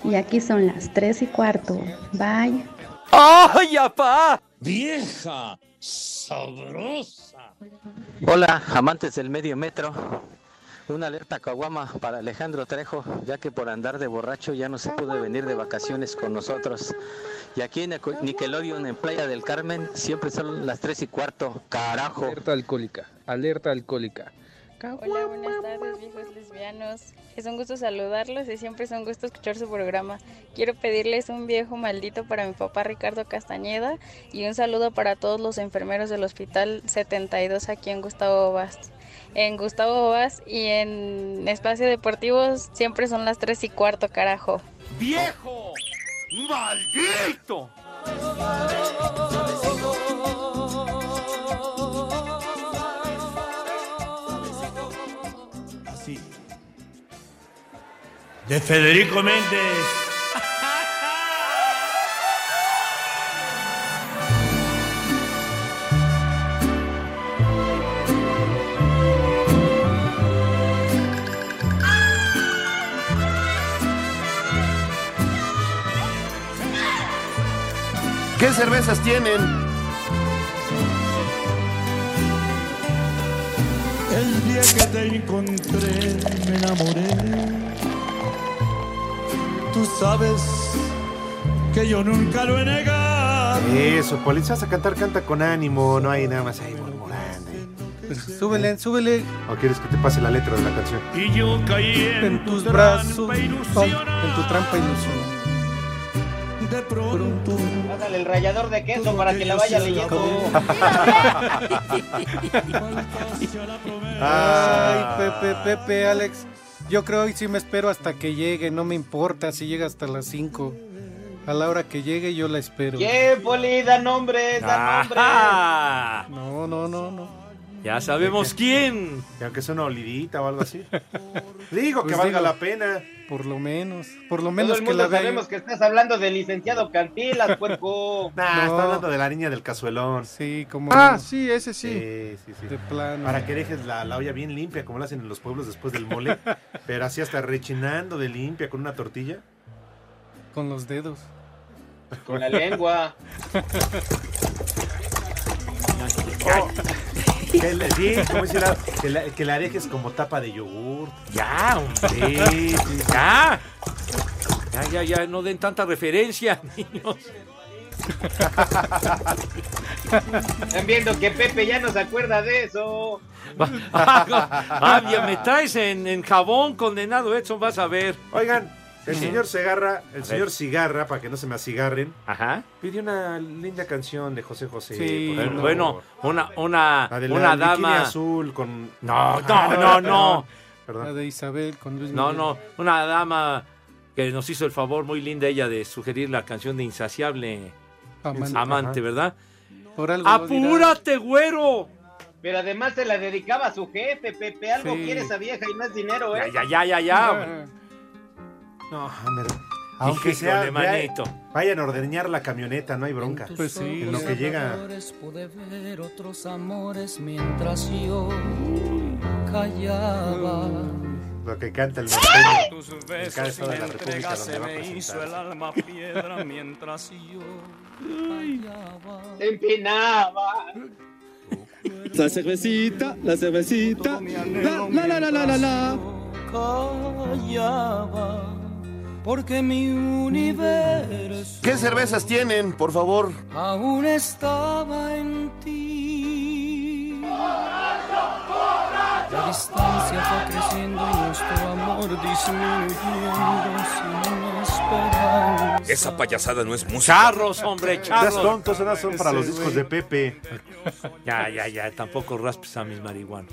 Speaker 7: Y aquí son las 3 y cuarto. Bye.
Speaker 37: ¡Ay, apá! Vieja sabrosa.
Speaker 21: Hola, amantes del medio metro. Una alerta caguama para Alejandro Trejo, ya que por andar de borracho ya no se pudo venir de vacaciones con nosotros. Y aquí en Eco- Nickelodeon, en Playa del Carmen, siempre son las 3 y cuarto. Carajo. Alerta alcohólica, alerta alcohólica.
Speaker 8: Hola, buenas tardes, viejos lesbianos. Es un gusto saludarlos y siempre es un gusto escuchar su programa. Quiero pedirles un viejo maldito para mi papá Ricardo Castañeda y un saludo para todos los enfermeros del Hospital 72 aquí en Gustavo Bast. En Gustavo Bast y en Espacio Deportivos siempre son las 3 y cuarto, carajo.
Speaker 5: ¡Viejo! ¡Maldito!
Speaker 8: Así. De Federico Méndez.
Speaker 13: ¿Qué cervezas tienen?
Speaker 8: El día que te encontré me enamoré. Tú sabes que yo nunca lo he negado.
Speaker 6: Eso, Poli, si vas a cantar, canta con ánimo, no hay nada más ahí murmurando.
Speaker 2: Pues,
Speaker 6: Súbele, súbele. ¿O quieres que te pase la letra de la canción?
Speaker 8: Y yo caí en, tus brazos, en tu trampa ilusión. De pronto.
Speaker 3: Pásale el rallador de queso para que la vaya leyendo.
Speaker 2: Ay, Pepe, Pepe, Alex. Yo creo que sí me espero hasta que llegue, no me importa si llega hasta las 5. A la hora que llegue yo la espero.
Speaker 3: ¿Qué, Poli? Da nombres,
Speaker 2: Ah,
Speaker 3: da
Speaker 5: Ajá.
Speaker 6: Ah.
Speaker 3: nombres.
Speaker 2: No, no, no, no.
Speaker 5: Ya sabemos quién.
Speaker 6: Y aunque sea una olidita o algo así. Digo ah, que
Speaker 2: Pues
Speaker 6: valga
Speaker 2: digo,
Speaker 6: la pena.
Speaker 2: Por lo menos. Por lo
Speaker 6: Todo
Speaker 2: menos
Speaker 6: el
Speaker 2: que la
Speaker 6: mundo
Speaker 2: vea.
Speaker 6: sabemos
Speaker 3: Que estás hablando del licenciado Cantilas, puerco.
Speaker 6: Ah,
Speaker 2: No.
Speaker 6: está hablando de la niña del cazuelón.
Speaker 2: Sí, como.
Speaker 6: Ah,
Speaker 2: sí, ese sí.
Speaker 6: sí,
Speaker 2: De plano.
Speaker 6: Para que dejes la, la olla bien limpia, como la hacen en los pueblos después del mole. pero así hasta rechinando de limpia con una tortilla.
Speaker 2: Con los dedos.
Speaker 3: Con la lengua.
Speaker 6: Oh, que la- sí, como dice la- que, la, que la dejes como tapa de yogur.
Speaker 5: Ya, hombre. Ya. Ya, ya, ya, no den tanta referencia, niños.
Speaker 3: Están viendo que Pepe ya no se acuerda de eso.
Speaker 5: ah, ya me traes en, en jabón, condenado Edson, vas a ver.
Speaker 6: Oigan, El señor Segarra, el
Speaker 5: ver.
Speaker 6: señor Cigarra, para que no se me acigarren,
Speaker 5: Ajá.
Speaker 6: pidió una linda canción de José José.
Speaker 5: Sí,
Speaker 6: por favor.
Speaker 5: bueno, una, una,
Speaker 6: La de la
Speaker 5: una
Speaker 6: bikini
Speaker 5: dama.
Speaker 6: azul con.
Speaker 5: No,
Speaker 6: Ah,
Speaker 5: no, no, no.
Speaker 2: La de Isabel con Luis
Speaker 5: No,
Speaker 2: Miguel.
Speaker 5: no, una dama que nos hizo el favor muy linda ella de sugerir la canción de Insaciable
Speaker 2: Amante.
Speaker 5: Amante,
Speaker 2: Ajá.
Speaker 5: ¿verdad?
Speaker 2: Por algo lo dirá.
Speaker 5: ¡Apúrate, güero!
Speaker 3: Pero además se la dedicaba a su jefe, Pepe. Algo
Speaker 5: Sí.
Speaker 3: quiere esa vieja y más dinero,
Speaker 5: Ya,
Speaker 3: ¿eh?
Speaker 5: ya, ya, ya, ya. hombre.
Speaker 6: No, hombre. Aunque
Speaker 5: Híjole,
Speaker 6: sea. vaya-
Speaker 5: manito.
Speaker 6: Vayan a ordeñar la camioneta, no hay bronca.
Speaker 9: Pues sí.
Speaker 6: En lo que llega.
Speaker 9: Pude ver otros amores mientras yo callaba.
Speaker 6: Lo que canta el norteño.
Speaker 9: Tus
Speaker 6: en cada
Speaker 9: besos
Speaker 6: estado de
Speaker 9: me
Speaker 6: la República
Speaker 9: entrega,
Speaker 6: donde
Speaker 9: se
Speaker 6: va a
Speaker 9: me hizo el
Speaker 6: presentar.
Speaker 9: alma piedra mientras yo callaba.
Speaker 3: Se empinaba.
Speaker 9: La cervecita, la cervecita. La, la, la, la, la, la. Callaba, porque mi universo
Speaker 15: ¿Qué cervezas tienen, por favor?
Speaker 9: aún estaba en ti. La distancia fue creciendo y nuestro amor disminuyendo sin esperanza.
Speaker 38: Esa payasada no es música.
Speaker 5: Charros, hombre, charros.
Speaker 38: Las tontos, esas son para los discos de
Speaker 6: Pepe.
Speaker 5: Ya, ya, ya, tampoco raspes a mis marihuanos.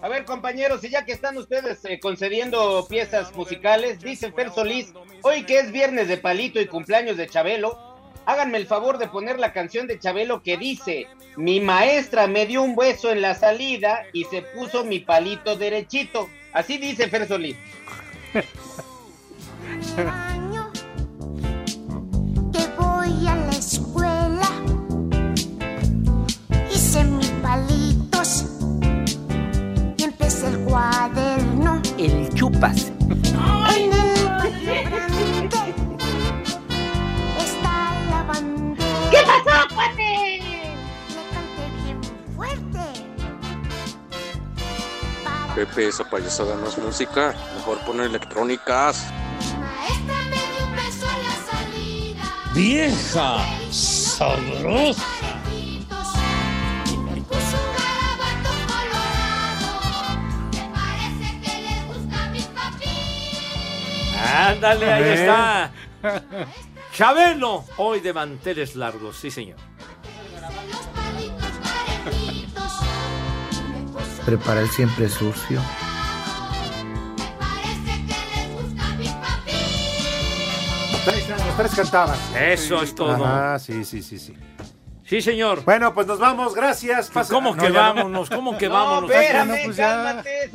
Speaker 3: A ver, compañeros, y ya que están ustedes eh, concediendo piezas musicales, dice Fer Solís, hoy que es viernes de palito y cumpleaños de Chabelo, háganme el favor de poner la canción de Chabelo que dice, mi maestra me dio un beso en la salida y se puso mi palito derechito. Así dice Fer Solís.
Speaker 39: que voy a la escuela. Hice mis palitos y empecé el cuaderno.
Speaker 40: El chupas.
Speaker 39: En el patio grande está la bandera.
Speaker 23: ¿Qué pasó, cuate?
Speaker 39: Le canté bien fuerte.
Speaker 38: Pepe, esa payasada no es música. Mejor pone electrónicas.
Speaker 39: Maestra me dio un beso a la salida.
Speaker 7: Vieja sabrosa.
Speaker 39: Y me puso un garabato colorado. Me parece que le gusta mi papi.
Speaker 5: Ándale, ahí
Speaker 39: A ver.
Speaker 5: está. Chabelo, hoy de manteles largos, sí, señor.
Speaker 41: Prepara el siempre sucio.
Speaker 6: Los tres- Los tres cantaban.
Speaker 5: Eso es todo.
Speaker 6: Ah, sí, sí, sí, sí.
Speaker 5: Sí, señor.
Speaker 6: Bueno, pues nos vamos, gracias.
Speaker 5: ¿Cómo
Speaker 6: No,
Speaker 5: que
Speaker 6: ya no.
Speaker 5: vámonos? ¿Cómo que vámonos?
Speaker 6: cálmate,
Speaker 5: Cervantes,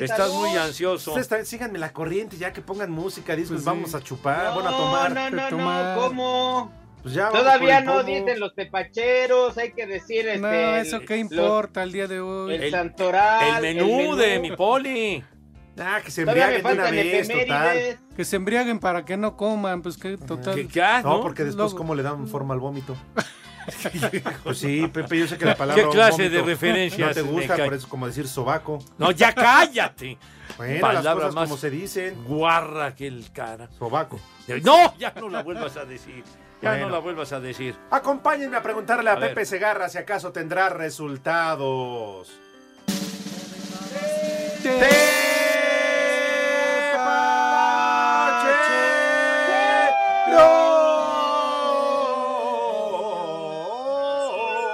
Speaker 5: Estás salud. muy ansioso. Pues
Speaker 6: Ustedes también síganme la corriente, ya que pongan música, discos,
Speaker 5: sí.
Speaker 6: vamos a chupar, bueno, a
Speaker 3: No,
Speaker 6: tomar.
Speaker 3: no, no,
Speaker 6: A
Speaker 3: no,
Speaker 6: tomar.
Speaker 3: ¿cómo?
Speaker 6: Pues ya vamos
Speaker 3: Todavía
Speaker 6: por
Speaker 3: no
Speaker 6: el pomo.
Speaker 3: dicen los tepacheros, hay que decir este,
Speaker 2: No, Ah, eso
Speaker 3: el-
Speaker 2: qué
Speaker 3: los-
Speaker 2: importa el día de hoy.
Speaker 3: el, santoral,
Speaker 5: el menú de mi poli.
Speaker 6: Ah, que se
Speaker 3: Todavía me embriaguen de una faltan vez, efemérides.
Speaker 2: Que se embriaguen para que no coman, pues que total.
Speaker 6: Que No, porque después cómo le dan forma al vómito. pues sí, Pepe, yo sé que la
Speaker 5: ¿Qué
Speaker 6: palabra
Speaker 5: clase de
Speaker 6: referencia
Speaker 5: referencias,
Speaker 6: no te
Speaker 5: me
Speaker 6: gusta,
Speaker 5: cae?
Speaker 6: por eso es como decir sobaco.
Speaker 5: No, ya cállate.
Speaker 6: Bueno, las cosas como se dicen.
Speaker 5: Guarra que el cara.
Speaker 6: Sobaco.
Speaker 5: No, ya no la vuelvas a decir. Ya
Speaker 6: Bueno.
Speaker 5: no la vuelvas a decir.
Speaker 6: Acompáñenme a preguntarle a,
Speaker 5: A ver.
Speaker 6: Pepe Segarra si acaso tendrá resultados.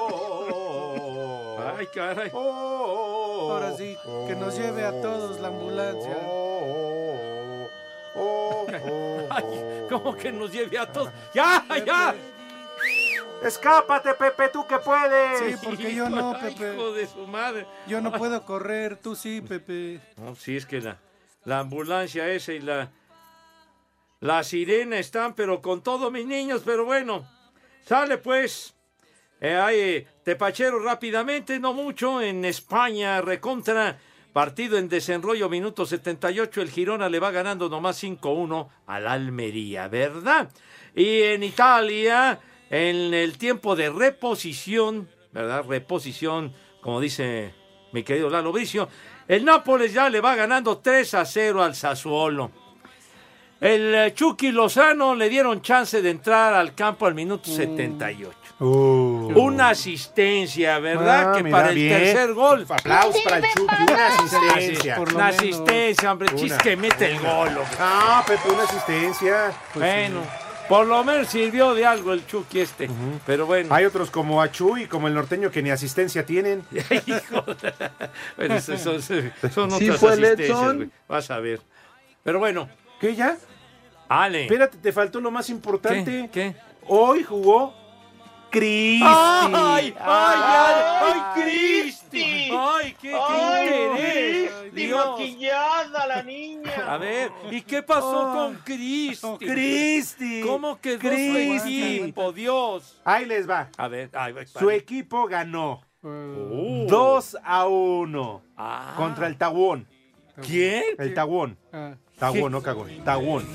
Speaker 6: Oh.
Speaker 5: Ay, caray.
Speaker 2: Ahora sí,
Speaker 6: Oh,
Speaker 2: que nos lleve a todos la ambulancia.
Speaker 5: Ay, ¿Cómo que nos lleve a todos? ¡Ya, ya!
Speaker 6: ¡Escápate, Pepe, tú que puedes!
Speaker 2: Sí, porque yo no,
Speaker 5: Ay,
Speaker 2: Pepe.
Speaker 5: Hijo de su madre.
Speaker 2: Yo no puedo correr, tú sí, Pepe.
Speaker 5: No, sí, es que la, la ambulancia esa y la, la sirena están, pero con todos mis niños, pero bueno. Sale pues. Eh, hay, eh, tepachero rápidamente, no mucho, en España, recontra. Partido en desenrollo, minuto 78. El Girona le va ganando nomás 5-1 al Almería, ¿verdad? Y en Italia, en el tiempo de reposición, ¿verdad? Reposición, como dice mi querido Lalo Bricio. El Nápoles ya le va ganando 3 a 0 al Sassuolo. El eh, Chucky Lozano le dieron chance de entrar al campo al minuto 78. Una asistencia, ¿verdad?
Speaker 6: Ah,
Speaker 5: que
Speaker 6: mira,
Speaker 5: para el
Speaker 6: bien.
Speaker 5: tercer gol.
Speaker 6: Aplausos para el Chucky. Una asistencia. por lo
Speaker 5: Una
Speaker 6: menos.
Speaker 5: asistencia, hombre.
Speaker 6: Una.
Speaker 5: Chis que mete el gol, hombre.
Speaker 6: Ah, Pepe, una asistencia.
Speaker 5: bueno, por lo menos sirvió de algo el Chucky este. Pero bueno.
Speaker 6: Hay otros como Achu y como el norteño que ni asistencia tienen.
Speaker 5: Bueno, eso- eso- eso- son
Speaker 6: Sí
Speaker 5: otras
Speaker 6: fue el
Speaker 5: asistencias,
Speaker 6: Edson.
Speaker 5: güey. Vas a ver. Pero bueno.
Speaker 6: ¿Qué ya?
Speaker 5: Ale.
Speaker 6: Espérate, te faltó lo más importante.
Speaker 5: ¿Qué? ¿Qué?
Speaker 6: Hoy jugó Cristi.
Speaker 5: ¡Ay, ay, ay, ay,
Speaker 3: Cristi!
Speaker 5: ¡Ay, qué, qué
Speaker 3: ¡Ay,
Speaker 5: interés!
Speaker 3: Cristi!
Speaker 5: Dios.
Speaker 3: ¡Maquillada la niña!
Speaker 5: A ver, ¿y qué
Speaker 6: Ah.
Speaker 5: pasó con Cristi?
Speaker 6: Cristi.
Speaker 5: ¿Cómo quedó su
Speaker 6: Cristi.
Speaker 5: equipo? Dios.
Speaker 6: Ahí les va.
Speaker 5: A ver, ay, ay,
Speaker 6: Su equipo ganó
Speaker 5: Oh.
Speaker 6: 2 a 1
Speaker 5: Ah.
Speaker 6: contra el Taguón.
Speaker 5: ¿Quién?
Speaker 6: El Taguón. Taguón, no cagón. Taguón.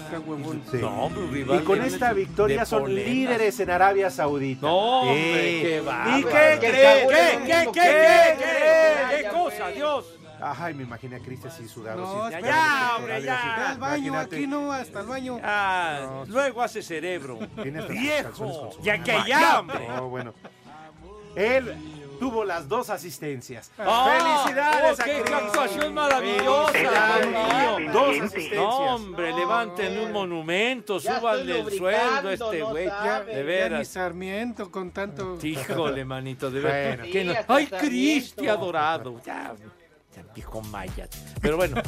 Speaker 6: Sí.
Speaker 5: No, hombre, un rival
Speaker 6: Y con
Speaker 5: de-
Speaker 6: esta victoria
Speaker 5: de
Speaker 6: son
Speaker 5: polenas.
Speaker 6: líderes en Arabia Saudita.
Speaker 5: No,
Speaker 6: Sí.
Speaker 5: hombre, qué bárbaro.
Speaker 6: ¿Y qué
Speaker 5: Que el
Speaker 6: creen?
Speaker 5: Tahuón
Speaker 6: ¿Qué,
Speaker 5: es
Speaker 6: qué,
Speaker 5: un
Speaker 6: qué,
Speaker 5: equipo
Speaker 6: qué,
Speaker 5: que-
Speaker 6: qué?
Speaker 5: que- qué cosa, Dios.
Speaker 6: Ay, me imaginé a Cristi así sudado.
Speaker 2: No,
Speaker 6: así.
Speaker 2: espérate,
Speaker 5: ya,
Speaker 2: espérate,
Speaker 5: hombre,
Speaker 2: espérate,
Speaker 5: ya.
Speaker 2: espérate. Ve al baño,
Speaker 6: Imagínate.
Speaker 2: aquí no, hasta el baño.
Speaker 5: Ah, luego hace cerebro.
Speaker 6: Tienes razón, calzones con
Speaker 5: Viejo.
Speaker 6: su-
Speaker 5: Ya que ya, hombre.
Speaker 6: No, bueno. Él tuvo las dos asistencias.
Speaker 5: Ah,
Speaker 6: ¡Felicidades
Speaker 5: oh,
Speaker 6: a
Speaker 5: qué
Speaker 6: Cristi!
Speaker 5: actuación maravillosa!
Speaker 6: Felicidades,
Speaker 5: Dios mío.
Speaker 6: Dos asistencias.
Speaker 5: No, hombre, levántenle un monumento,
Speaker 3: Ya
Speaker 5: súbanle
Speaker 3: estoy
Speaker 5: el sueldo
Speaker 3: lubricando,
Speaker 5: a este
Speaker 3: no
Speaker 5: güey.
Speaker 3: sabe.
Speaker 5: de
Speaker 2: Ya ni
Speaker 5: veras.
Speaker 2: Sarmiento con tanto.
Speaker 5: Híjole, manito, de veras.
Speaker 2: Bueno.
Speaker 5: Que no-
Speaker 2: Sí, hasta
Speaker 5: ¡Ay,
Speaker 2: está
Speaker 5: Cristi
Speaker 2: listo.
Speaker 5: adorado! Ya, ya viejo maya. Pero bueno.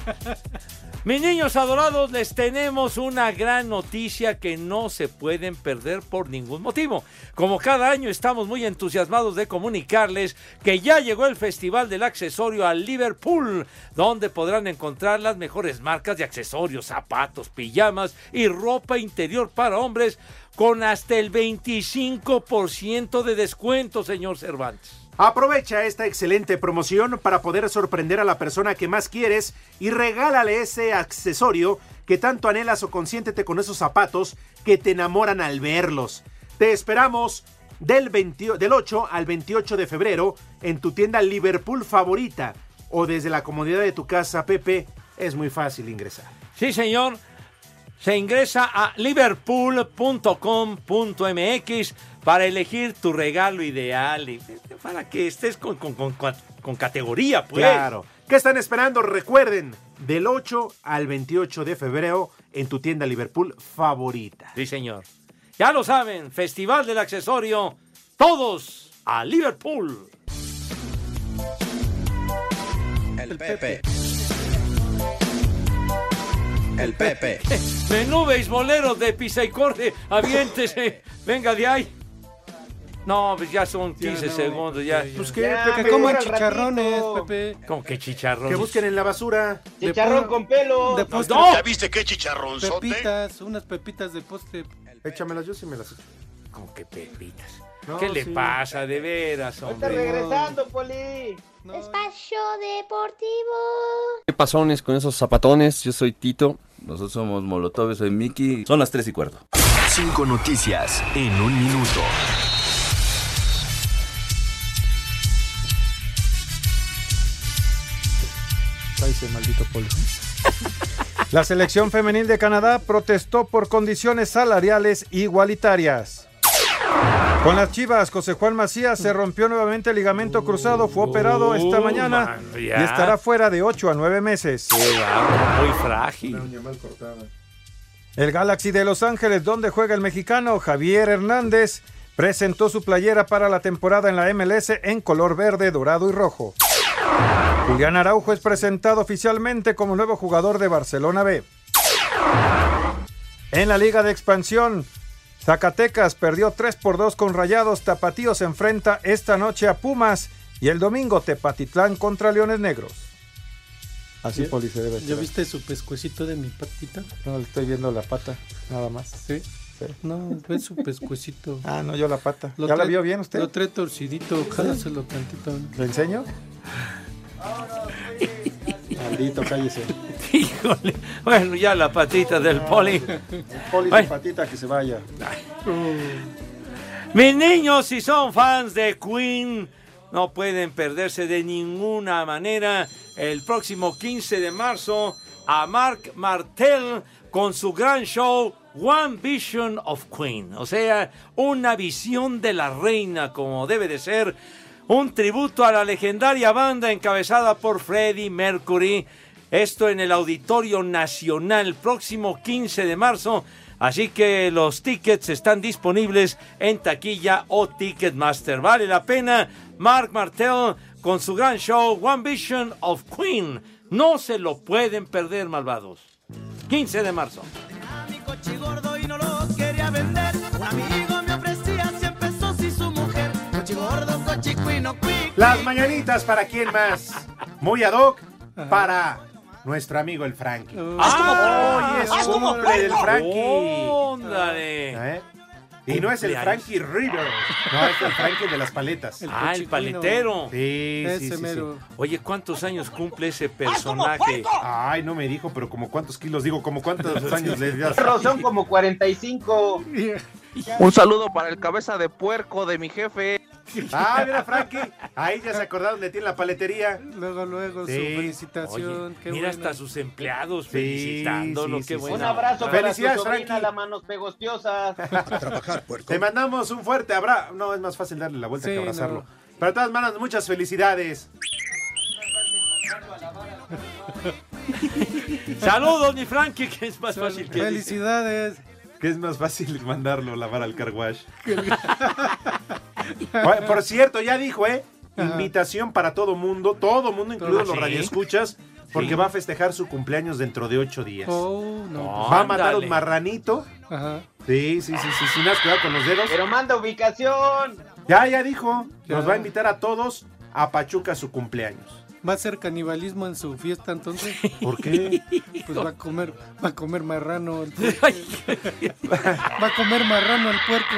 Speaker 5: Mis niños adorados, les tenemos una gran noticia que no se pueden perder por ningún motivo. Como cada año estamos muy entusiasmados de comunicarles que ya llegó el Festival del Accesorio a Liverpool, donde podrán encontrar las mejores marcas de accesorios, zapatos, pijamas y ropa interior para hombres con hasta el 25% de descuento, señor Cervantes.
Speaker 6: Aprovecha esta excelente promoción para poder sorprender a la persona que más quieres y regálale ese accesorio que tanto anhelas o consiéntete con esos zapatos que te enamoran al verlos. Te esperamos del, 20 del 8 al 28 de febrero en tu tienda Liverpool favorita o desde la comodidad de tu casa, Pepe. Es muy fácil ingresar.
Speaker 5: Sí, señor. Se ingresa a liverpool.com.mx para elegir tu regalo ideal y eh, para que estés con, con- con- con- con categoría, pues.
Speaker 6: Claro. ¿Qué están esperando? Recuerden, del 8 al 28 de febrero en tu tienda Liverpool favorita.
Speaker 5: Sí, señor. Ya lo saben, Festival del Accesorio. Todos a Liverpool.
Speaker 7: El Pepe. El Pepe.
Speaker 5: Menú beisboleros de pisa y corte. Aviéntese. Venga de ahí. No, pues ya son 15 segundos. Ya.
Speaker 6: Pues
Speaker 2: Que,
Speaker 6: qué, Pepe,
Speaker 2: que coman
Speaker 6: ahora al
Speaker 2: chicharrones,
Speaker 6: ratito.
Speaker 2: Pepe.
Speaker 5: Como que chicharrón.
Speaker 6: Que busquen en la basura.
Speaker 3: Chicharrón con pelo.
Speaker 2: De postre.
Speaker 5: ¡No!
Speaker 7: ¿Ya viste qué chicharronzote?
Speaker 2: Pepitas, unas pepitas de postre.
Speaker 6: Échamelas yo si me las echo.
Speaker 5: Como que pepitas.
Speaker 6: No,
Speaker 5: ¿Qué le
Speaker 6: sí.
Speaker 5: pasa de veras,
Speaker 3: Está
Speaker 5: hombre?
Speaker 3: regresando, Poli.
Speaker 4: Espacio Deportivo.
Speaker 8: ¿Qué pasones con esos zapatones? Yo soy Tito. Nosotros somos Molotov, yo soy Mickey. Son las 3 y cuarto.
Speaker 29: Cinco noticias en un minuto.
Speaker 42: maldito La selección femenil de Canadá protestó por condiciones salariales igualitarias. Con las Chivas, José Juan Macías se rompió nuevamente el ligamento cruzado, fue operado esta
Speaker 5: Uh,
Speaker 42: mañana
Speaker 5: mano,
Speaker 42: y
Speaker 5: ya.
Speaker 42: estará fuera de 8 a 9 meses.
Speaker 5: Qué bárbaro, muy frágil.
Speaker 42: El Galaxy de Los Ángeles, donde juega el mexicano Javier Hernández, presentó su playera para la temporada en la MLS en color verde, dorado y rojo. Julián Araujo es presentado oficialmente como nuevo jugador de Barcelona B. En la Liga de Expansión, Zacatecas perdió 3 por 2 con Rayados. Tapatío se enfrenta esta noche a Pumas y el domingo Tepatitlán contra Leones Negros. Así,
Speaker 2: ¿Ya-
Speaker 42: Poli, se debe
Speaker 2: ¿Ya
Speaker 42: esperar.
Speaker 2: viste su pescuecito de mi patita?
Speaker 42: No, le estoy viendo la pata, nada más.
Speaker 2: Sí. No, ve su pescuecito.
Speaker 42: Ah, no, yo la pata. ¿Ya la
Speaker 2: trae-
Speaker 42: vio bien usted?
Speaker 2: Lo trae torcidito, jálaselo tantito.
Speaker 42: ¿Le enseño? Maldito, cállese.
Speaker 5: Híjole. Bueno, ya la patita del poli.
Speaker 42: Poli,
Speaker 5: Bueno.
Speaker 42: su patita que se vaya.
Speaker 5: Mis niños, si son fans de Queen, no pueden perderse de ninguna manera el próximo 15 de marzo a Mark Martel con su gran show One Vision of Queen, o sea, una visión de la reina como debe de ser, un tributo a la legendaria banda encabezada por Freddie Mercury. Esto en el Auditorio Nacional, próximo 15 de marzo. Así que los tickets están disponibles en taquilla o Ticketmaster. Vale la pena. Mark Martel con su gran show One Vision of Queen. No se lo pueden perder, malvados. 15 de marzo.
Speaker 9: coche gordo y no lo quería vender. Un amigo me ofrecía 100 pesos y su mujer. Coche gordo, coche cuino, cuic.
Speaker 6: Las mañanitas para quién más. Muy ad hoc para nuestro amigo el Frankie.
Speaker 5: Ah.
Speaker 6: Hoy Ah, es cumple del Frankie.
Speaker 5: ¡Óndale!
Speaker 6: ¿Eh? Y no es el
Speaker 5: Oh. Cumpleaños.
Speaker 6: Frankie River. No, es el Frankie de las paletas.
Speaker 5: ah, el paletero.
Speaker 6: Sí, sí, sí, sí.
Speaker 5: Oye, ¿cuántos años cumple ese personaje?
Speaker 6: Ay, no me dijo, pero como cuántos kilos digo, como cuántos años le das.
Speaker 3: Otros son como 45.
Speaker 6: Un
Speaker 43: saludo para el cabeza de puerco de mi jefe.
Speaker 6: Ah, mira, Frankie. Ahí ya se acordaron de ti en la paletería.
Speaker 2: Luego, luego, su
Speaker 6: Sí.
Speaker 2: felicitación.
Speaker 6: Oye,
Speaker 2: qué
Speaker 5: Mira
Speaker 2: buena.
Speaker 5: hasta sus empleados
Speaker 6: Sí,
Speaker 5: felicitándolo.
Speaker 6: sí,
Speaker 5: qué
Speaker 6: sí,
Speaker 5: buena
Speaker 6: sí.
Speaker 3: Un abrazo
Speaker 5: onda.
Speaker 3: para su sobrina, la manos pegostiosas.
Speaker 6: Te mandamos un fuerte abrazo. No, es más fácil darle la vuelta
Speaker 2: Sí,
Speaker 6: que abrazarlo.
Speaker 2: no.
Speaker 6: Pero de todas maneras, muchas felicidades.
Speaker 5: Saludos, mi Frankie, que es más fácil que
Speaker 2: Felicidades.
Speaker 6: Que es más fácil mandarlo a lavar al carwash. Oye, Por cierto, ya dijo, ¿eh?
Speaker 2: Ajá.
Speaker 6: Invitación para todo mundo, todo mundo, incluidos
Speaker 2: Ah,
Speaker 6: los
Speaker 2: ¿sí?
Speaker 6: radioescuchas, porque
Speaker 2: Sí.
Speaker 6: va a festejar su cumpleaños dentro de ocho días.
Speaker 2: Oh, no.
Speaker 6: va a matar
Speaker 2: Ándale.
Speaker 6: un marranito.
Speaker 2: Ajá.
Speaker 6: Sí, sí, sí, sí, sin más cuidado con los dedos.
Speaker 3: Pero manda ubicación.
Speaker 6: Ya, ya dijo,
Speaker 2: Ya.
Speaker 6: nos va a invitar a todos a Pachuca a su cumpleaños.
Speaker 2: ¿Va a ser canibalismo en su fiesta entonces?
Speaker 6: ¿Por qué?
Speaker 2: Pues va a comer, va a comer marrano el puerco. va a comer marrano el puerco.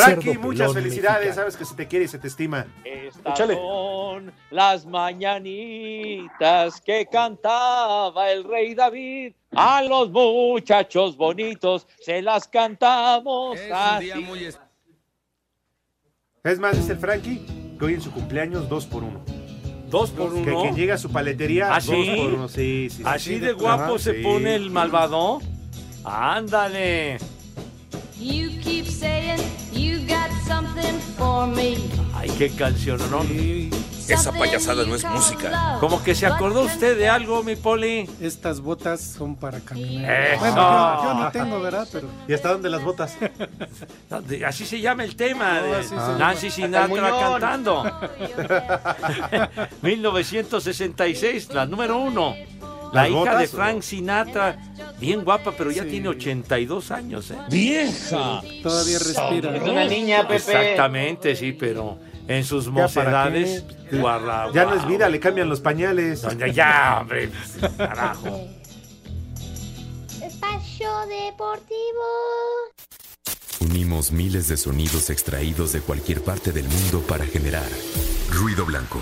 Speaker 6: Frankie, muchas felicidades, sabes que se te quiere y se te estima.
Speaker 13: Estas son las mañanitas que cantaba el rey David. A los muchachos bonitos se las cantamos así.
Speaker 6: Es más, es el Frankie que hoy en su cumpleaños dos por uno.
Speaker 5: ¿Dos por
Speaker 6: Que
Speaker 5: uno?
Speaker 6: quien llega a su paletería,
Speaker 5: ¿Ah,
Speaker 6: dos
Speaker 5: sí?
Speaker 6: por uno. Sí, sí, sí,
Speaker 5: Así
Speaker 6: sí,
Speaker 5: de guapo
Speaker 6: Ajá,
Speaker 5: se
Speaker 6: sí.
Speaker 5: pone el malvado. Ándale.
Speaker 39: You keep saying you got something for me.
Speaker 5: Ay, qué canción, ¿no?
Speaker 39: Esa payasada no es música. ¿eh?
Speaker 5: Como que se acordó usted de algo, mi poli.
Speaker 2: Estas botas son para caminar.
Speaker 5: Eso.
Speaker 2: Bueno, yo, yo no tengo, ¿verdad? Pero
Speaker 6: ¿Y hasta dónde las botas?
Speaker 5: De- Así se llama el tema de
Speaker 2: así se llama.
Speaker 5: Nancy
Speaker 2: Hasta el
Speaker 5: Sinatra
Speaker 2: muñón.
Speaker 5: cantando. 1966, la número uno. La
Speaker 6: ¿Las
Speaker 5: hija
Speaker 6: botas
Speaker 5: de
Speaker 6: o no?
Speaker 5: Frank Sinatra, bien guapa, pero ya tiene 82 años. ¿eh?
Speaker 13: ¡Vieja!
Speaker 2: todavía respira.
Speaker 3: Es una niña, Pepe.
Speaker 5: Exactamente, sí, pero en sus
Speaker 6: ¿para
Speaker 5: mocedades, guarra-
Speaker 6: Ya no es vida, le cambian los pañales.
Speaker 5: Ya, ya, hombre, carajo.
Speaker 39: Espacio deportivo.
Speaker 44: Unimos miles de sonidos extraídos de cualquier parte del mundo para generar Ruido Blanco,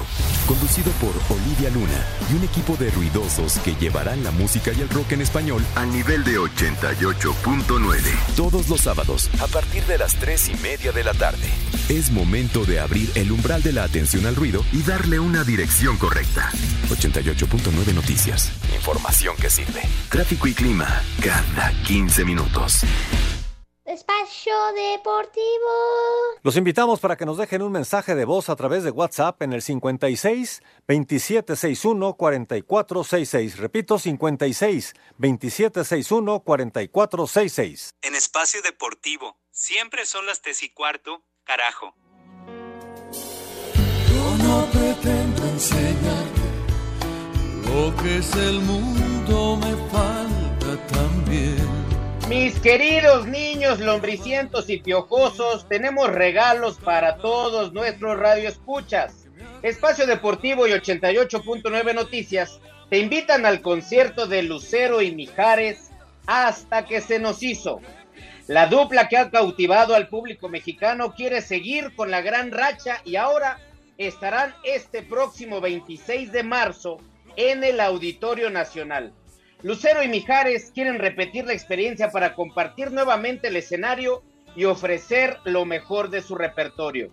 Speaker 44: conducido por Olivia Luna y un equipo de ruidosos que llevarán la música y el rock en español al nivel de 88.9. Todos los sábados, a partir de las 3 y media de la tarde. Es momento de abrir el umbral de la atención al ruido y darle una dirección correcta. 88.9 Noticias. Información que sirve. Tráfico y clima cada 15 minutos.
Speaker 39: Espacio Deportivo.
Speaker 35: Los invitamos para que nos dejen un mensaje de voz a través de WhatsApp en el 56 2761 4466. Repito, 56 2761 4466.
Speaker 23: En espacio deportivo, siempre son las tres y cuarto, carajo.
Speaker 9: Yo no pretendo enseñarte lo que es el mundo, me falta también.
Speaker 3: Mi Mis queridos niños lombricientos y piojosos, tenemos regalos para todos nuestros radioescuchas. Espacio Deportivo y 88.9 Noticias te invitan al concierto de Lucero y Mijares hasta que se nos hizo. La dupla que ha cautivado al público mexicano quiere seguir con la gran racha y ahora estarán este próximo 26 de marzo en el Auditorio Nacional. Lucero y Mijares quieren repetir la experiencia para compartir nuevamente el escenario y ofrecer lo mejor de su repertorio.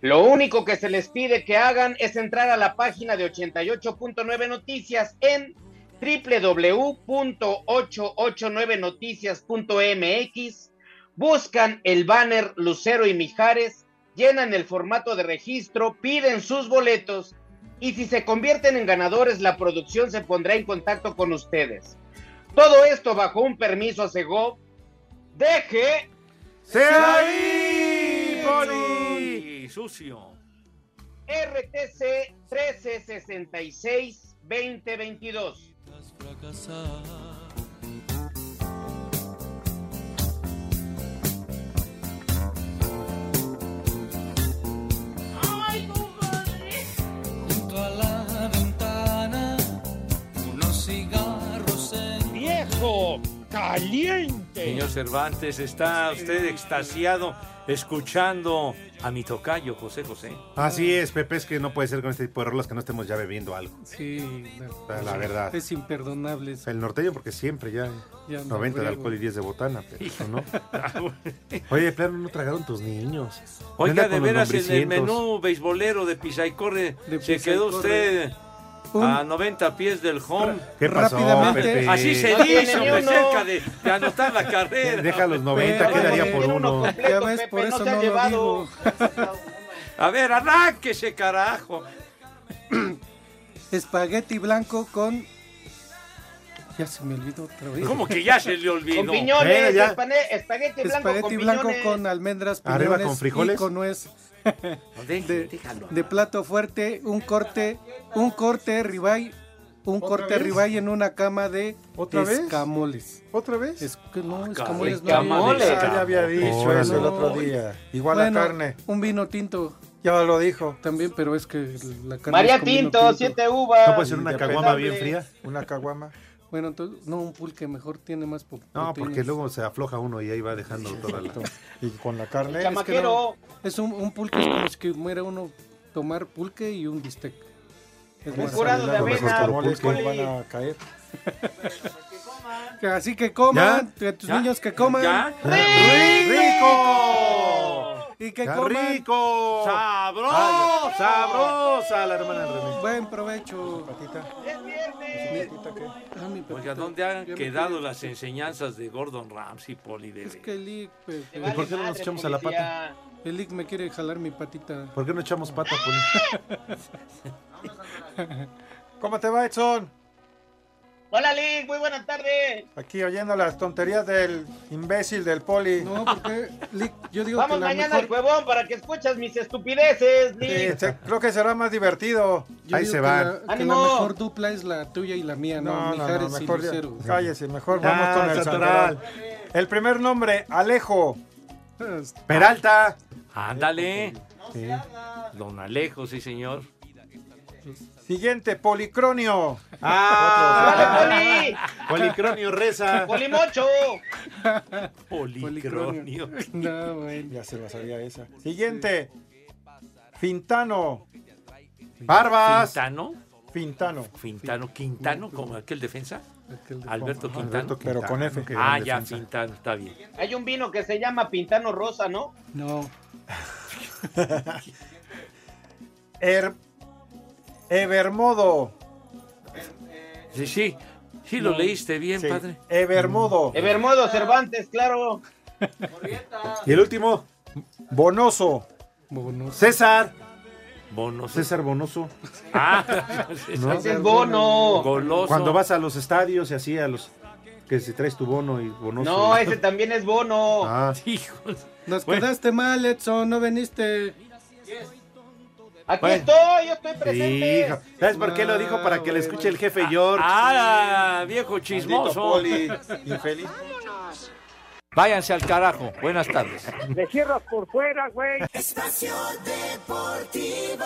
Speaker 3: Lo único que se les pide que hagan es entrar a la página de 88.9 Noticias en www.889noticias.mx, buscan el banner Lucero y Mijares, llenan el formato de registro, piden sus boletos y si se convierten en ganadores, la producción se pondrá en contacto con ustedes. Todo esto bajo un permiso a Segov. Deje.
Speaker 6: ¡Sea ahí, Poli!
Speaker 5: Sucio.
Speaker 3: RTC 1366-2022.
Speaker 9: Ay, compadre. Junto a la ventana, unos cigarros en. ¡Viejo! ¡Caliente!
Speaker 5: Señor Cervantes, está usted extasiado escuchando a mi tocayo José José.
Speaker 6: Así Ah, es, Pepe, es que no puede ser con este tipo de rolas que no estemos ya bebiendo algo.
Speaker 2: Sí, no.
Speaker 6: La- la verdad.
Speaker 2: Es imperdonable. eso.
Speaker 6: El norteño, porque siempre ya,
Speaker 2: Ya no Ah,
Speaker 6: 90 de
Speaker 2: bebo.
Speaker 6: alcohol y 10 de botana, pero eso no. Oye, de plano no tragaron tus niños. Anda
Speaker 5: Oiga, de
Speaker 6: con los
Speaker 5: veras, en el
Speaker 6: nombrecientos.
Speaker 5: menú beisbolero de Pisaicorre
Speaker 2: De
Speaker 5: se quedó
Speaker 2: Pisaicorre.
Speaker 5: usted a 90 pies del home.
Speaker 6: ¿Qué pasó, Rápidamente. Pepe?
Speaker 5: Así se
Speaker 6: No
Speaker 5: dice,
Speaker 6: tiene ni
Speaker 5: hombre,
Speaker 6: uno.
Speaker 5: cerca de, de anotar la carrera.
Speaker 6: Deja los 90,
Speaker 5: Pero,
Speaker 6: quedaría por
Speaker 5: tiene
Speaker 6: uno.
Speaker 2: Ya ves, por eso no, lo digo.
Speaker 5: A ver, arránquese, carajo.
Speaker 2: Espagueti blanco con... Ya se me olvidó otra vez.
Speaker 5: ¿Cómo que ya se le olvidó?
Speaker 3: Con piñones,
Speaker 2: Mira, ya.
Speaker 3: espane- espagueti blanco
Speaker 2: Espagueti
Speaker 3: con
Speaker 2: blanco
Speaker 3: piñones.
Speaker 2: con almendras, piñones
Speaker 6: Arriba con frijoles.
Speaker 2: y con nuez. de,
Speaker 5: déjalo.
Speaker 2: de plato fuerte, un corte, un corte ribeye, un corte
Speaker 6: vez?
Speaker 2: ribeye en una cama de
Speaker 6: ¿Otra vez?
Speaker 2: escamoles.
Speaker 6: ¿Otra vez?
Speaker 2: Es que no,
Speaker 6: Ah, caray,
Speaker 2: escamoles no.
Speaker 6: escamoles.
Speaker 2: Ah,
Speaker 6: Ya había dicho
Speaker 2: Órale.
Speaker 6: eso el otro día. Igual a
Speaker 2: Bueno,
Speaker 6: carne.
Speaker 2: Un vino tinto. Ya lo dijo. También, pero es que la carne.
Speaker 3: María
Speaker 2: es con vino
Speaker 3: Tinto, siete uvas.
Speaker 6: ¿No puede ser una caguama bien fría?
Speaker 2: Una caguama. Bueno, entonces, no, un pulque mejor tiene más po-
Speaker 6: No, porque
Speaker 2: proteínas.
Speaker 6: luego se afloja uno y ahí va dejando toda la...
Speaker 42: Y con la carne.
Speaker 2: Es que no, es un, un pulque, es como si que muera uno tomar pulque y un bistec. Es
Speaker 42: Con
Speaker 2: más
Speaker 42: curado de
Speaker 2: saludable.
Speaker 42: avena, Con Pues, los pulque. que van a caer.
Speaker 2: Que Así que coman, que tus
Speaker 42: ¿Ya?
Speaker 2: niños que coman.
Speaker 42: ¿Ya?
Speaker 6: ¡Rico!
Speaker 2: Y que
Speaker 6: ¡Está
Speaker 2: coman.
Speaker 6: rico! Ah,
Speaker 2: ¡Sabroso!
Speaker 6: ¡Sabrosa la hermana de René!
Speaker 2: Buen provecho. Ah, mi
Speaker 5: Oiga,
Speaker 2: patita.
Speaker 5: ¿dónde han
Speaker 2: Ya me
Speaker 5: quedado las enseñanzas de Gordon Ramsay, Poli? De...
Speaker 2: Que el Ick, pues,
Speaker 6: ¿Y vale por qué no nos madre, echamos a la pata?
Speaker 2: El Ick me quiere jalar mi patita.
Speaker 6: ¿Por qué no echamos pata, Poli?
Speaker 42: ¿Cómo te va, Edson?
Speaker 3: Hola, Lick, muy buena tarde.
Speaker 42: Aquí oyendo las tonterías del imbécil del poli.
Speaker 2: No, porque yo digo
Speaker 3: Vamos mañana al huevón para que escuches mis estupideces, Lick.
Speaker 42: creo que será más divertido.
Speaker 2: Yo digo que la- que la
Speaker 3: ¡Ánimo!
Speaker 2: mejor dupla es la tuya y la mía, ¿no?
Speaker 42: No, no, no,
Speaker 2: Mijares y
Speaker 42: mejor ya-
Speaker 2: Lucero.
Speaker 42: cállese, mejor
Speaker 2: Ya,
Speaker 42: vamos con el
Speaker 2: Santoral.
Speaker 42: Santoral. El primer nombre, Alejo.
Speaker 6: Peralta.
Speaker 5: Ándale. Don Alejo, sí, señor.
Speaker 42: Siguiente, Policronio.
Speaker 5: ¡Ah!
Speaker 6: Otro. Policronio reza.
Speaker 3: Polimocho.
Speaker 5: Policronio.
Speaker 2: No, bueno.
Speaker 42: Ya se la sabía esa. Siguiente, Fintano.
Speaker 6: Barbas.
Speaker 5: Fintano.
Speaker 42: Fintano.
Speaker 5: Fintano. Quintano, como aquel defensa. Alberto
Speaker 42: Ajá,
Speaker 5: Quintano.
Speaker 42: Alberto Pero con F. que era
Speaker 5: Ah,
Speaker 42: un
Speaker 5: ya,
Speaker 42: defensa.
Speaker 5: Fintano, está bien.
Speaker 3: Hay un vino que se llama Pintano Rosa, ¿no?
Speaker 2: No.
Speaker 42: Er- Evermodo.
Speaker 5: Sí, sí. Sí, lo
Speaker 42: No.
Speaker 5: leíste bien,
Speaker 42: Sí. Eh,
Speaker 5: padre.
Speaker 42: Evermodo.
Speaker 3: Evermodo Cervantes, claro.
Speaker 6: Y el último.
Speaker 42: Bonoso.
Speaker 6: César.
Speaker 5: Bonoso.
Speaker 6: César Bonoso.
Speaker 5: Ah,
Speaker 6: ¿No?
Speaker 3: Ese es bono.
Speaker 5: Goloso.
Speaker 6: Cuando vas a los estadios y así a los que si traes tu bono y bonoso.
Speaker 3: No, ese también es bono.
Speaker 6: Ah.
Speaker 2: Nos
Speaker 6: Bueno.
Speaker 2: quedaste mal, Edson, no viniste.
Speaker 3: Aquí
Speaker 6: Bueno.
Speaker 3: estoy, yo estoy presente.
Speaker 6: Hijo, ¿Sabes por qué lo dijo? Para que
Speaker 3: Ah,
Speaker 6: le escuche el jefe George.
Speaker 5: Ah, viejo chismoso.
Speaker 6: Maldito Poli, infeliz.
Speaker 5: Váyanse al carajo. Buenas tardes.
Speaker 9: Le cierras por fuera, güey.
Speaker 45: Espacio Deportivo.